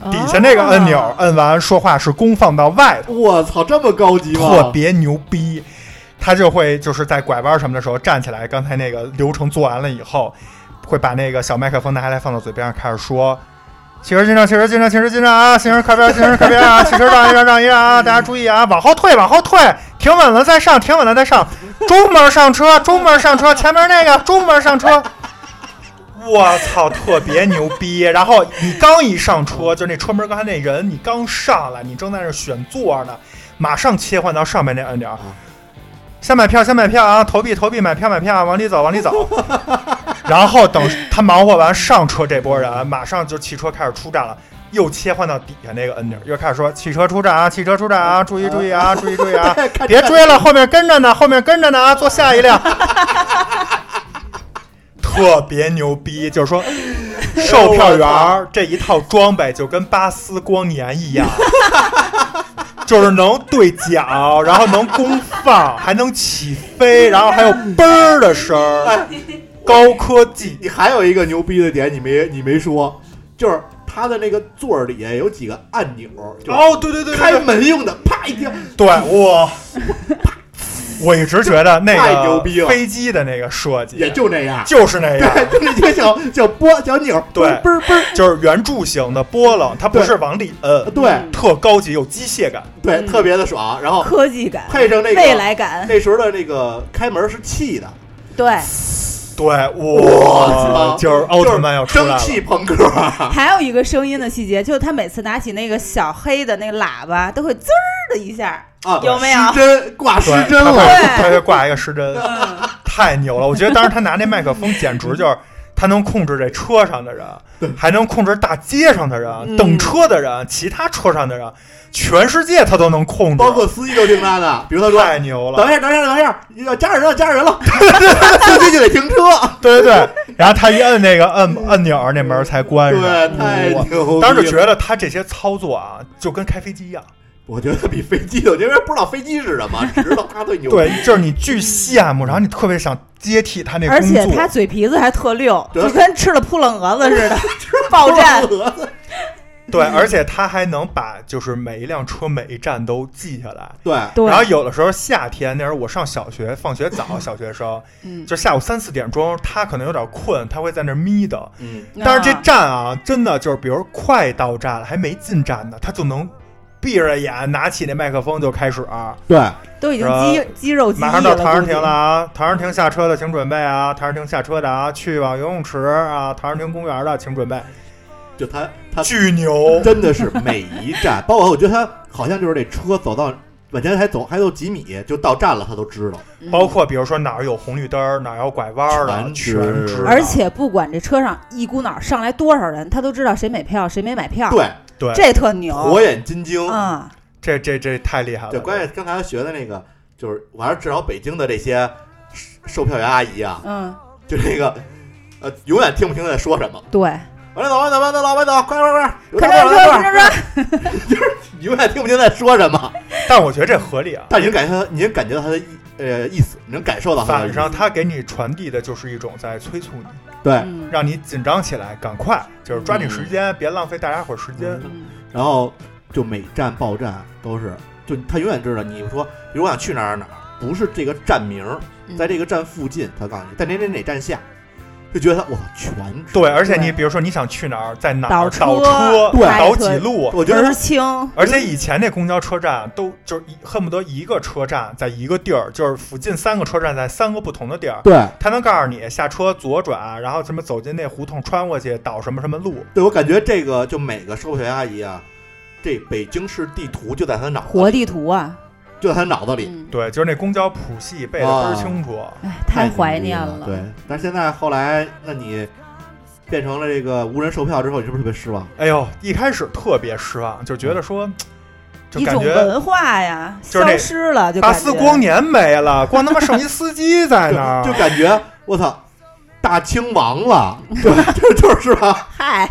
哦
底下那个按钮摁完说话是公放到外头，
我操，这么高级吗？
特别牛逼。他就会就是在拐弯什么的时候站起来，刚才那个流程做完了以后，会把那个小麦克风拿下来放到嘴边上开始说：“汽车进站，汽车进站，汽车进站啊！行人靠边，行人靠边啊！汽车让一让，让一让啊！大家注意啊，往后退，往后退，停稳了再上，停稳了再上，中门上车，中门上车，前面那个中门上车。”我操，特别牛逼！然后你刚一上车，就那车门刚才那人，你刚上来，你正在那选座呢，马上切换到上面那按钮儿，啊先买票，先买票啊！投币，投币，买票，买票啊！往里走，往里走。然后等他忙活完上车这波人，啊马上就汽车开始出站了，又切换到底下那个按钮儿，又开始说汽车出站啊，汽车出站啊，注意注意啊，注意注意啊，别追了，后面跟着呢，后面跟着呢啊，坐下一辆。特别牛逼，就是说，售票员儿这一套装备就跟巴斯光年一样，就是能对角，然后能功放，还能起飞，然后还有嘣儿的声
哎
儿，高科技。
你还有一个牛逼的点，你没你没说，就是它的那个座儿底下有几个按钮，就是
哦，对对对对
开
对，
门用的，啪一听，
对我，我一直觉得那
太牛逼
个
了
飞机的那个设
也
计
就那样，
就是那样，
对，就那几个小小波小钮，
对
嘣儿嘣儿，
就是圆柱形的波浪，它不
对
是往里摁，
对
特高级，有机械感。
对，
嗯
特别的爽。然后
科技感、
配上那
未
个
来感，
那时候的那个开门是气的，哦
对，
对，
我
哇，
操，
哦就是奥特曼要出来
蒸
了，
汽朋克，啊
还有一个声音的细节，就是他每次拿起那个小黑的那个喇叭，都会滋儿的一下，
啊，
有没有
失真挂失
对
真
他
了，
会
对嗯
他会挂一个失真，太牛了！我觉得当时他拿那麦克风，简直就是。他能控制这车上的人，还能控制大街上的人、
嗯
等车的人、其他车上的人，全世界他都能控制，
包括司机都听他的，比如他说。
太牛
等
了
一！下，等一下，等一下，要加人了，加人 了，司机就得停车。
对对对，然后他一摁那个摁按钮，那门才关上。
对，太牛
我
逼了！
哎当时就觉得他这些操作啊，就跟开飞机一样，
我觉得比飞机的，我因为不知道飞机是什么，只知道它最牛。
对，就是你巨羡慕，然后你特别想接替他那
而
工作，
且他嘴皮子还特溜，
对
就跟吃了扑棱蛾子似 的，爆炸。
对，而且他还能把就是每一辆车每一站都记下来。
对，
对
然，后有的时候夏天那时候我上小学，放学 早，小学生，
嗯
就下午三四点钟，他可能有点困，他会在那儿眯
啊
的。
嗯，
但是这站啊，真的就是，比如快到站了，还没进站呢，他就能闭着眼拿起那麦克风就开始、
对，
都已经
然后
肌肌肉记忆
马上到
了，
唐人
估计
亭了啊！唐人亭下车的请准备啊！唐人亭下车的啊，去往游泳池啊！唐人亭公园的请准备，
就它它
巨牛！
真的是每一站，包括我觉得它好像就是这车走到往前还走还有几米就到站了，它都知道。
嗯
包括比如说哪儿有红绿灯儿，哪儿要拐弯儿了，
全
全
知
知道。
而且不管这车上一股脑儿上来多少人，他都知道谁买票谁没买票，
对，
对，
这特牛。
火眼金睛。
啊，
这这这太厉害了！
对，关键刚才学的那个，就是我还是至少北京的这些售票员阿姨啊，
嗯，
就这个呃，永远听不清他在说什么。
对，
往前走，往前走，往前走，往前走，快快快！有
开
道
车
儿有道
车
儿
车车，
你永远听不清在说什么，
但我觉得这合理啊，
但你就感觉他，你就感觉到他的意呃意思，能感受到他的
反
意
正
思。
他给你传递的就是一种在催促你，
对，
嗯
让你紧张起来，赶快，就是抓紧时间，别浪费大家伙儿时
嗯
间。
嗯
然后就每站报站都是，就他永远知道你说，比如我想去哪儿哪儿，不是这个站名儿，
嗯
在这个站附近，他告诉你在哪哪哪站下，就觉得他哇全知。
对，而且你
对
比如说你想去哪儿，在哪
倒
儿
车
倒车，
对
倒几路，
我觉得
门儿
他
清，
而且以前那公交车站都就是一恨不得一个车站在一个地儿，就是附近三个车站在三个不同的地儿，
对，
他能告诉你下车左转，然后什么走进那胡同穿过去倒什么什么路。
对我感觉这个就每个售票员阿姨啊，这北京市地图就在他脑子
活
里，
地图啊，
就在他脑子里，
嗯，
对，就是那公交谱系背的倍儿清楚。
哎，太怀念
了。对，但是现在后来，那你变成了这个无人售票之后，你是不是特别失望？
哎呦，一开始特别失望，就觉得说，就
一
感
种
觉
文化呀，
就是那
消失了，就
八
感
四
觉
光年没了，光他妈剩一司机在那
就
儿。
感觉我操，大清亡 了，对，就就是吧，
嗨，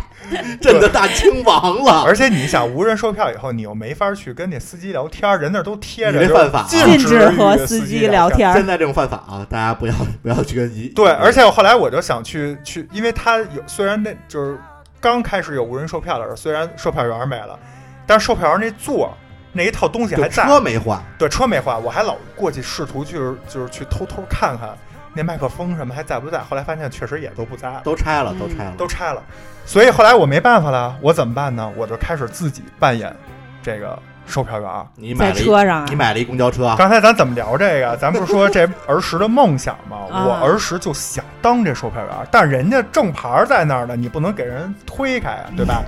真的大清亡了。
而且你想，无人售票以后，你又没法去跟那司机聊天儿，人那儿都贴着，
你这犯法啊
就是
禁
止
止和
与
司
机
机聊
天。
天
现
儿，
在这种犯法啊，大家不要不要去跟一
对，而
且
且我后来我就想去去，因为他有虽然那就是刚开始有无人售票的时候，虽然售票员没了，但是售票员那座儿那一套东西还
就
在，
车没换，
对车没换，我还老过去试图去就是去偷偷看看那麦克风什么还在不在，后来发现确实也都不在了，
都拆了，
嗯
都拆了，
都拆了，所以后来我没办法了，我怎么办呢？我就开始自己扮演这个售票员儿。
你买
在
了一
车上啊
你，买了一公交车，
刚才咱怎么聊这个？咱不是说这儿时的梦想吗？
啊
我儿时就想当这售票员，但人家正牌儿在那儿呢，你不能给人推开啊，对吧？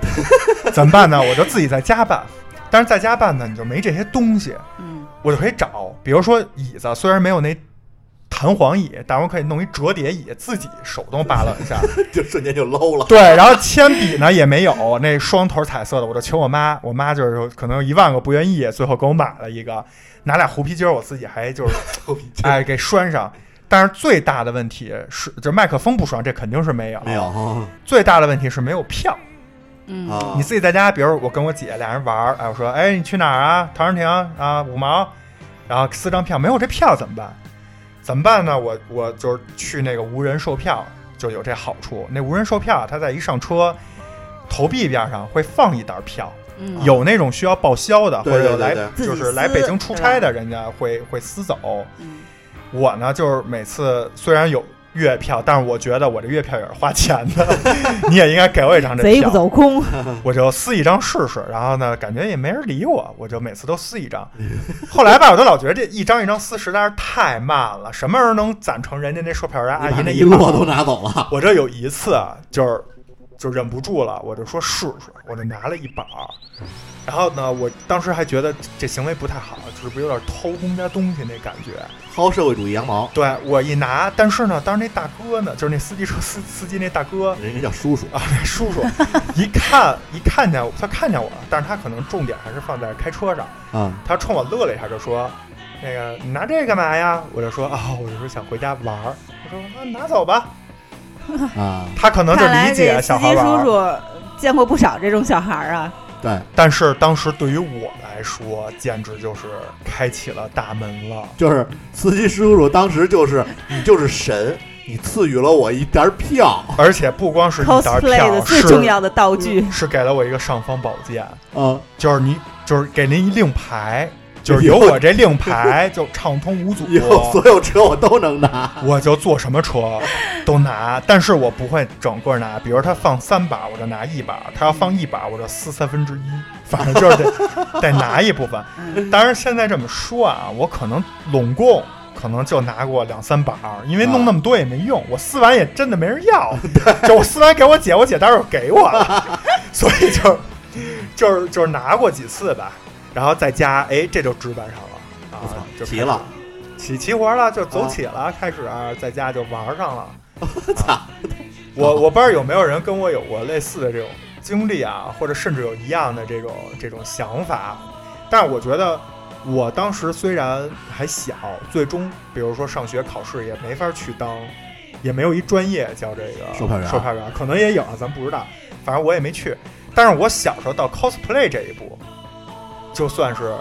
怎么办呢？我就自己在家办，但是在家办呢，你就没这些东西，
嗯，
我就可以找，比如说椅子，虽然没有那。弹簧椅，但我可以弄一折叠椅，自己手动扒拉一下。
就瞬间就 low 了。
对，然后铅笔呢也没有，那双头彩色的，我就求我妈，我妈就是有可能有一万个不愿意，最后给我买了一个，拿俩狐皮筋儿，我自己还就是哎给拴上。但是最大的问题是，就麦克风不爽，这肯定是没有。
没有啊
最大的问题是没有票。
嗯，
啊
你自己在家，比如我跟我姐俩人玩儿，哎，我说，哎，你去哪儿啊？唐人亭啊，五毛，然后四张票，没有这票怎么办？怎么办呢？我我就是去那个无人售票，就有这好处。那无人售票，它在一上车，投币边上会放一沓票，
嗯
有那种需要报销的，
对
或
对
者
对
来
对
就
自己
是
撕
来北京出差的，人家会会撕走。
嗯
我呢，就是每次虽然有月票，但是我觉得我这月票也是花钱的， 你也应该给我一张这票。
贼不走空，
我就撕一张试试，然后呢，感觉也没人理我，我就每次都撕一张。后来吧，我都老觉得这一张一张撕实在是太慢了，什么时候能攒成人家那售票员阿
你把
姨那
那
一
一
摞
摞都拿走了，
我这有一次啊，就是就忍不住了，我就说试试，我就拿了一把儿。然后呢，我当时还觉得这行为不太好，就是不是有点偷公家东西那感觉？
薅社会主义羊毛，
对我一拿，但是呢，当时那大哥呢，就是那司机车司司机那大哥，
人家叫叔叔，
啊， 那叔叔一看一看见我，他看见我了，但是他可能重点还是放在开车上，
嗯，
他冲我乐了一下，就说：“那个你拿这干嘛呀？”我就说：“啊、我就说想回家玩儿。”他说：“啊，拿走吧。
啊，”
他可能就
看来
理解
这
小
司
孩
机
玩儿，
叔叔见过不少这种小孩儿啊，
对，
但是当时对于我来说，简直就是开启了大门
哦
了。
就是司机叔叔当时就是你就是神，你赐予了我一张票，
而且不光是一沓
cosplay 的
票，
最
是
重要的道具，
是给了我一个尚方宝剑，
嗯，
就是你就是给您一 令牌，就是有我这令牌就畅通无阻。
以后所有车我都能拿，
我就坐什么车都拿，但是我不会整个拿。比如他放三把，我就拿一把；他要放一把，我就撕三分之一。反正就是得得拿一部分。
嗯
当然现在这么说啊，我可能拢共可能就拿过两三把，因为
啊
弄那么多也没用，我撕完也真的没人要。 就我撕完给我姐，我姐待会儿给我了， 所以就就是就是拿过几次吧，然后在家哎这就置办上了
我
啊，
操，
就
齐
开始
了，
起齐活了，就走起了，开始啊在家就玩上了。啊
我操，
我我不知道有没有人跟我有过类似的这种经历啊，或者甚至有一样的这种这种想法，但是我觉得我当时虽然还小，最终比如说上学考试也没法去当，也没有一专业叫这个
售票员
售票员可能也有啊，咱不知道，反正我也没去。但是我小时候到 cosplay 这一步，就算是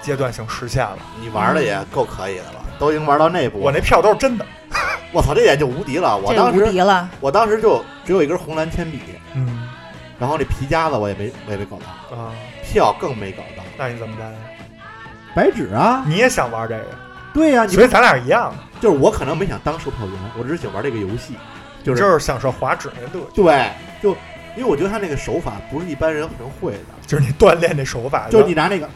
阶段性实现了。
你玩的也够可以的了，都已经玩到那步。
我那票都是真的。
我操，这点就无敌了。我
这
当
无
时
敌了，
我当时就只有一根红蓝铅笔，
嗯
然后那皮夹子我也没我也没搞到，
啊，
票更没搞到。
那你怎么办呀？
白纸啊，
你也想玩这个，
对呀、你
所以咱俩一样，
就是我可能没想当售票员，我只是想玩这个游戏，就
就是是享受滑指那乐趣，
对，就因为我觉得他那个手法不是一般人能会的，
就是你锻炼这手法。
就是你拿那个，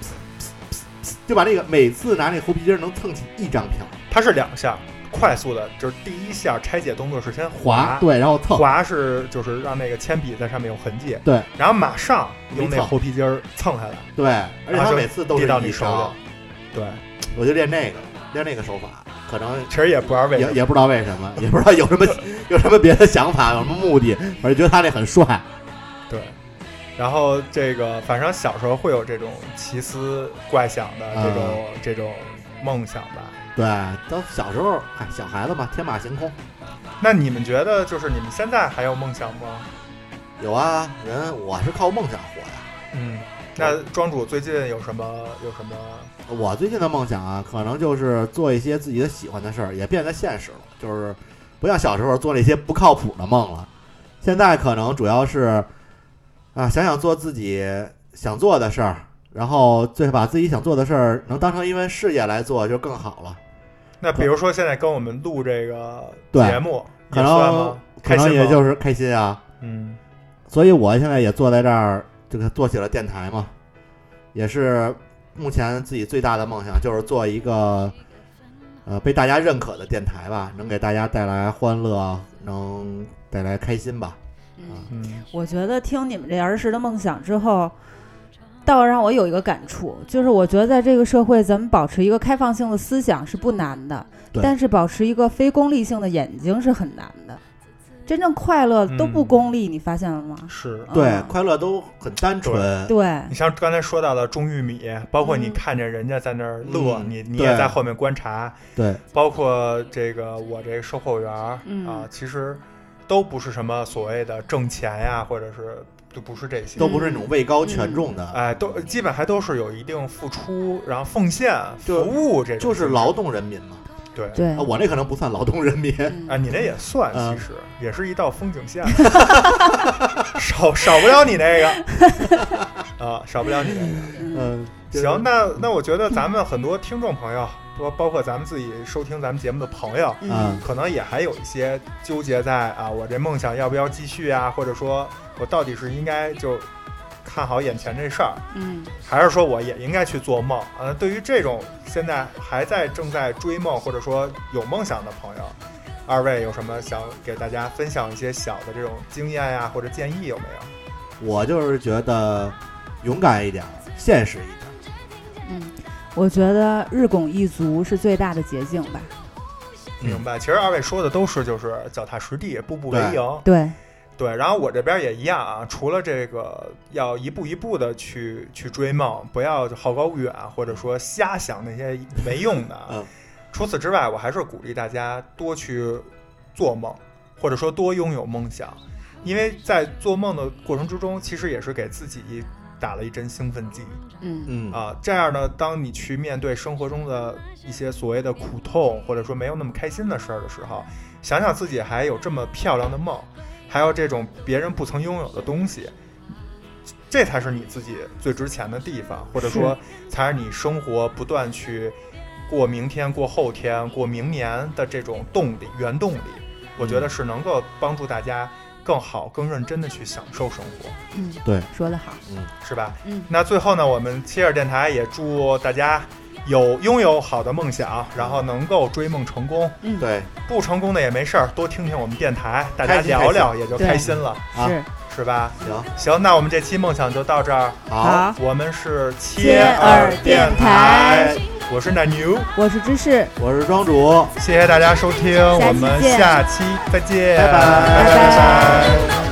就把那个每次拿那个猴皮筋儿能蹭起一张票，
它是两下，快速的，就是第一下拆解动作是先
划对，然后蹭，
划是就是让那个铅笔在上面有痕迹，
对，
然后马上用那
蹭
猴皮筋儿蹭下来，
对，而且
然后
他
就
每次都
递
是
到
一
你手
张，
里。对，
我就练那个，练那个手法，可能
其实也不知道为什
也
么。
也不知道为什么，也 不知道有什么有什么别的想法，有什么目的，我就觉得他那很帅，
对，然后这个反正小时候会有这种奇思怪想的这种、
嗯
这种梦想吧。
对，都小时候，哎，小孩子嘛，天马行空。
那你们觉得就是你们现在还有梦想吗？
有啊，人我是靠梦想活呀。
嗯，那庄主最近有什么有什么？
我最近的梦想啊，可能就是做一些自己的喜欢的事儿，也变得现实了，就是不像小时候做那些不靠谱的梦了。现在可能主要是啊，想想做自己想做的事儿，然后最把自己想做的事儿能当成一份事业来做，就更好了。
那比如说现在跟我们录这个
对
节目，
可
也算
能
吗？
可
开心
能
吗？
也就是开心啊，
嗯，
所以我现在也坐在这儿，这个做起了电台嘛，也是目前自己最大的梦想就是做一个，呃，被大家认可的电台吧，能给大家带来欢乐，能带来开心吧。
嗯，
嗯，
我觉得听你们这儿时的梦想之后，倒让我有一个感触，就是我觉得在这个社会，咱们保持一个开放性的思想是不难的，
对
但是保持一个非功利性的眼睛是很难的。真正快乐都不
嗯
功利，你发现了吗？
是。
对，
嗯
快乐都很单纯。
对
你像刚才说到的种玉米，包括你
嗯
看见人家在那儿乐，
嗯
你你
对
也在后面观察，
对，
包括这个我这个售货员儿、
嗯
啊，其实都不是什么所谓的挣钱呀，或者是就不是这些，
都不是那种位高权重的，
哎，都基本还都是有一定付出，然后奉献、服
就
务这种，
就是劳，动人民嘛。
对。
对
啊，，我那可能不算劳动人民，
啊，你那也算，
嗯
其实、也是一道风景线，啊 少少不了你那个，啊，少不了你那个。
嗯，就是
行，，那那我觉得咱们很多听众朋友，包包括咱们自己收听咱们节目的朋友，
嗯，
可能也还有一些纠结在啊，我这梦想要不要继续啊，或者说我到底是应该就看好眼前这事儿，
嗯，
还是说我也应该去做梦？呃，对于这种现在还在正在追梦或者说有梦想的朋友，二位有什么想给大家分享一些小的这种经验呀、或者建议有没有？
我就是觉得勇敢一点儿，现实一点儿。
我觉得日拱一卒是最大的捷径吧。
嗯
明白，其实二位说的都是就是脚踏实地，步步为
对
营。
对，
对，然后我这边也一样啊，除了这个要一步一步的去去追梦，不要好高骛远，啊或者说瞎想那些没用的。啊
嗯
除此之外，我还是鼓励大家多去做梦，或者说多拥有梦想，因为在做梦的过程之中，其实也是给自己打了一针兴奋剂。
嗯，
嗯，
啊，这样呢，当你去面对生活中的一些所谓的苦痛，或者说没有那么开心的事儿的时候，想想自己还有这么漂亮的梦，还有这种别人不曾拥有的东西，这才是你自己最值钱的地方，或者说才是你生活不断去过明天、过后天、过明年的这种动力、原动力。我觉得是能够帮助大家更好、更认真的去享受生活。
说得好，
是吧？
嗯
那最后呢，我们切尔电台也祝大家有拥有好的梦想，然后能够追梦成功。
嗯
对，
不成功的也没事儿，多听听我们电台，大家
开心
聊聊也就开心了，
啊
是
是吧？
行，
行，那我们这期梦想就到这儿，
好，
我们是
切尔
电
电台，
我是奶牛，
我是芝士，
我是庄主。
谢谢大家收听，
下期
我们
见
下期再见，
拜拜
拜
拜
拜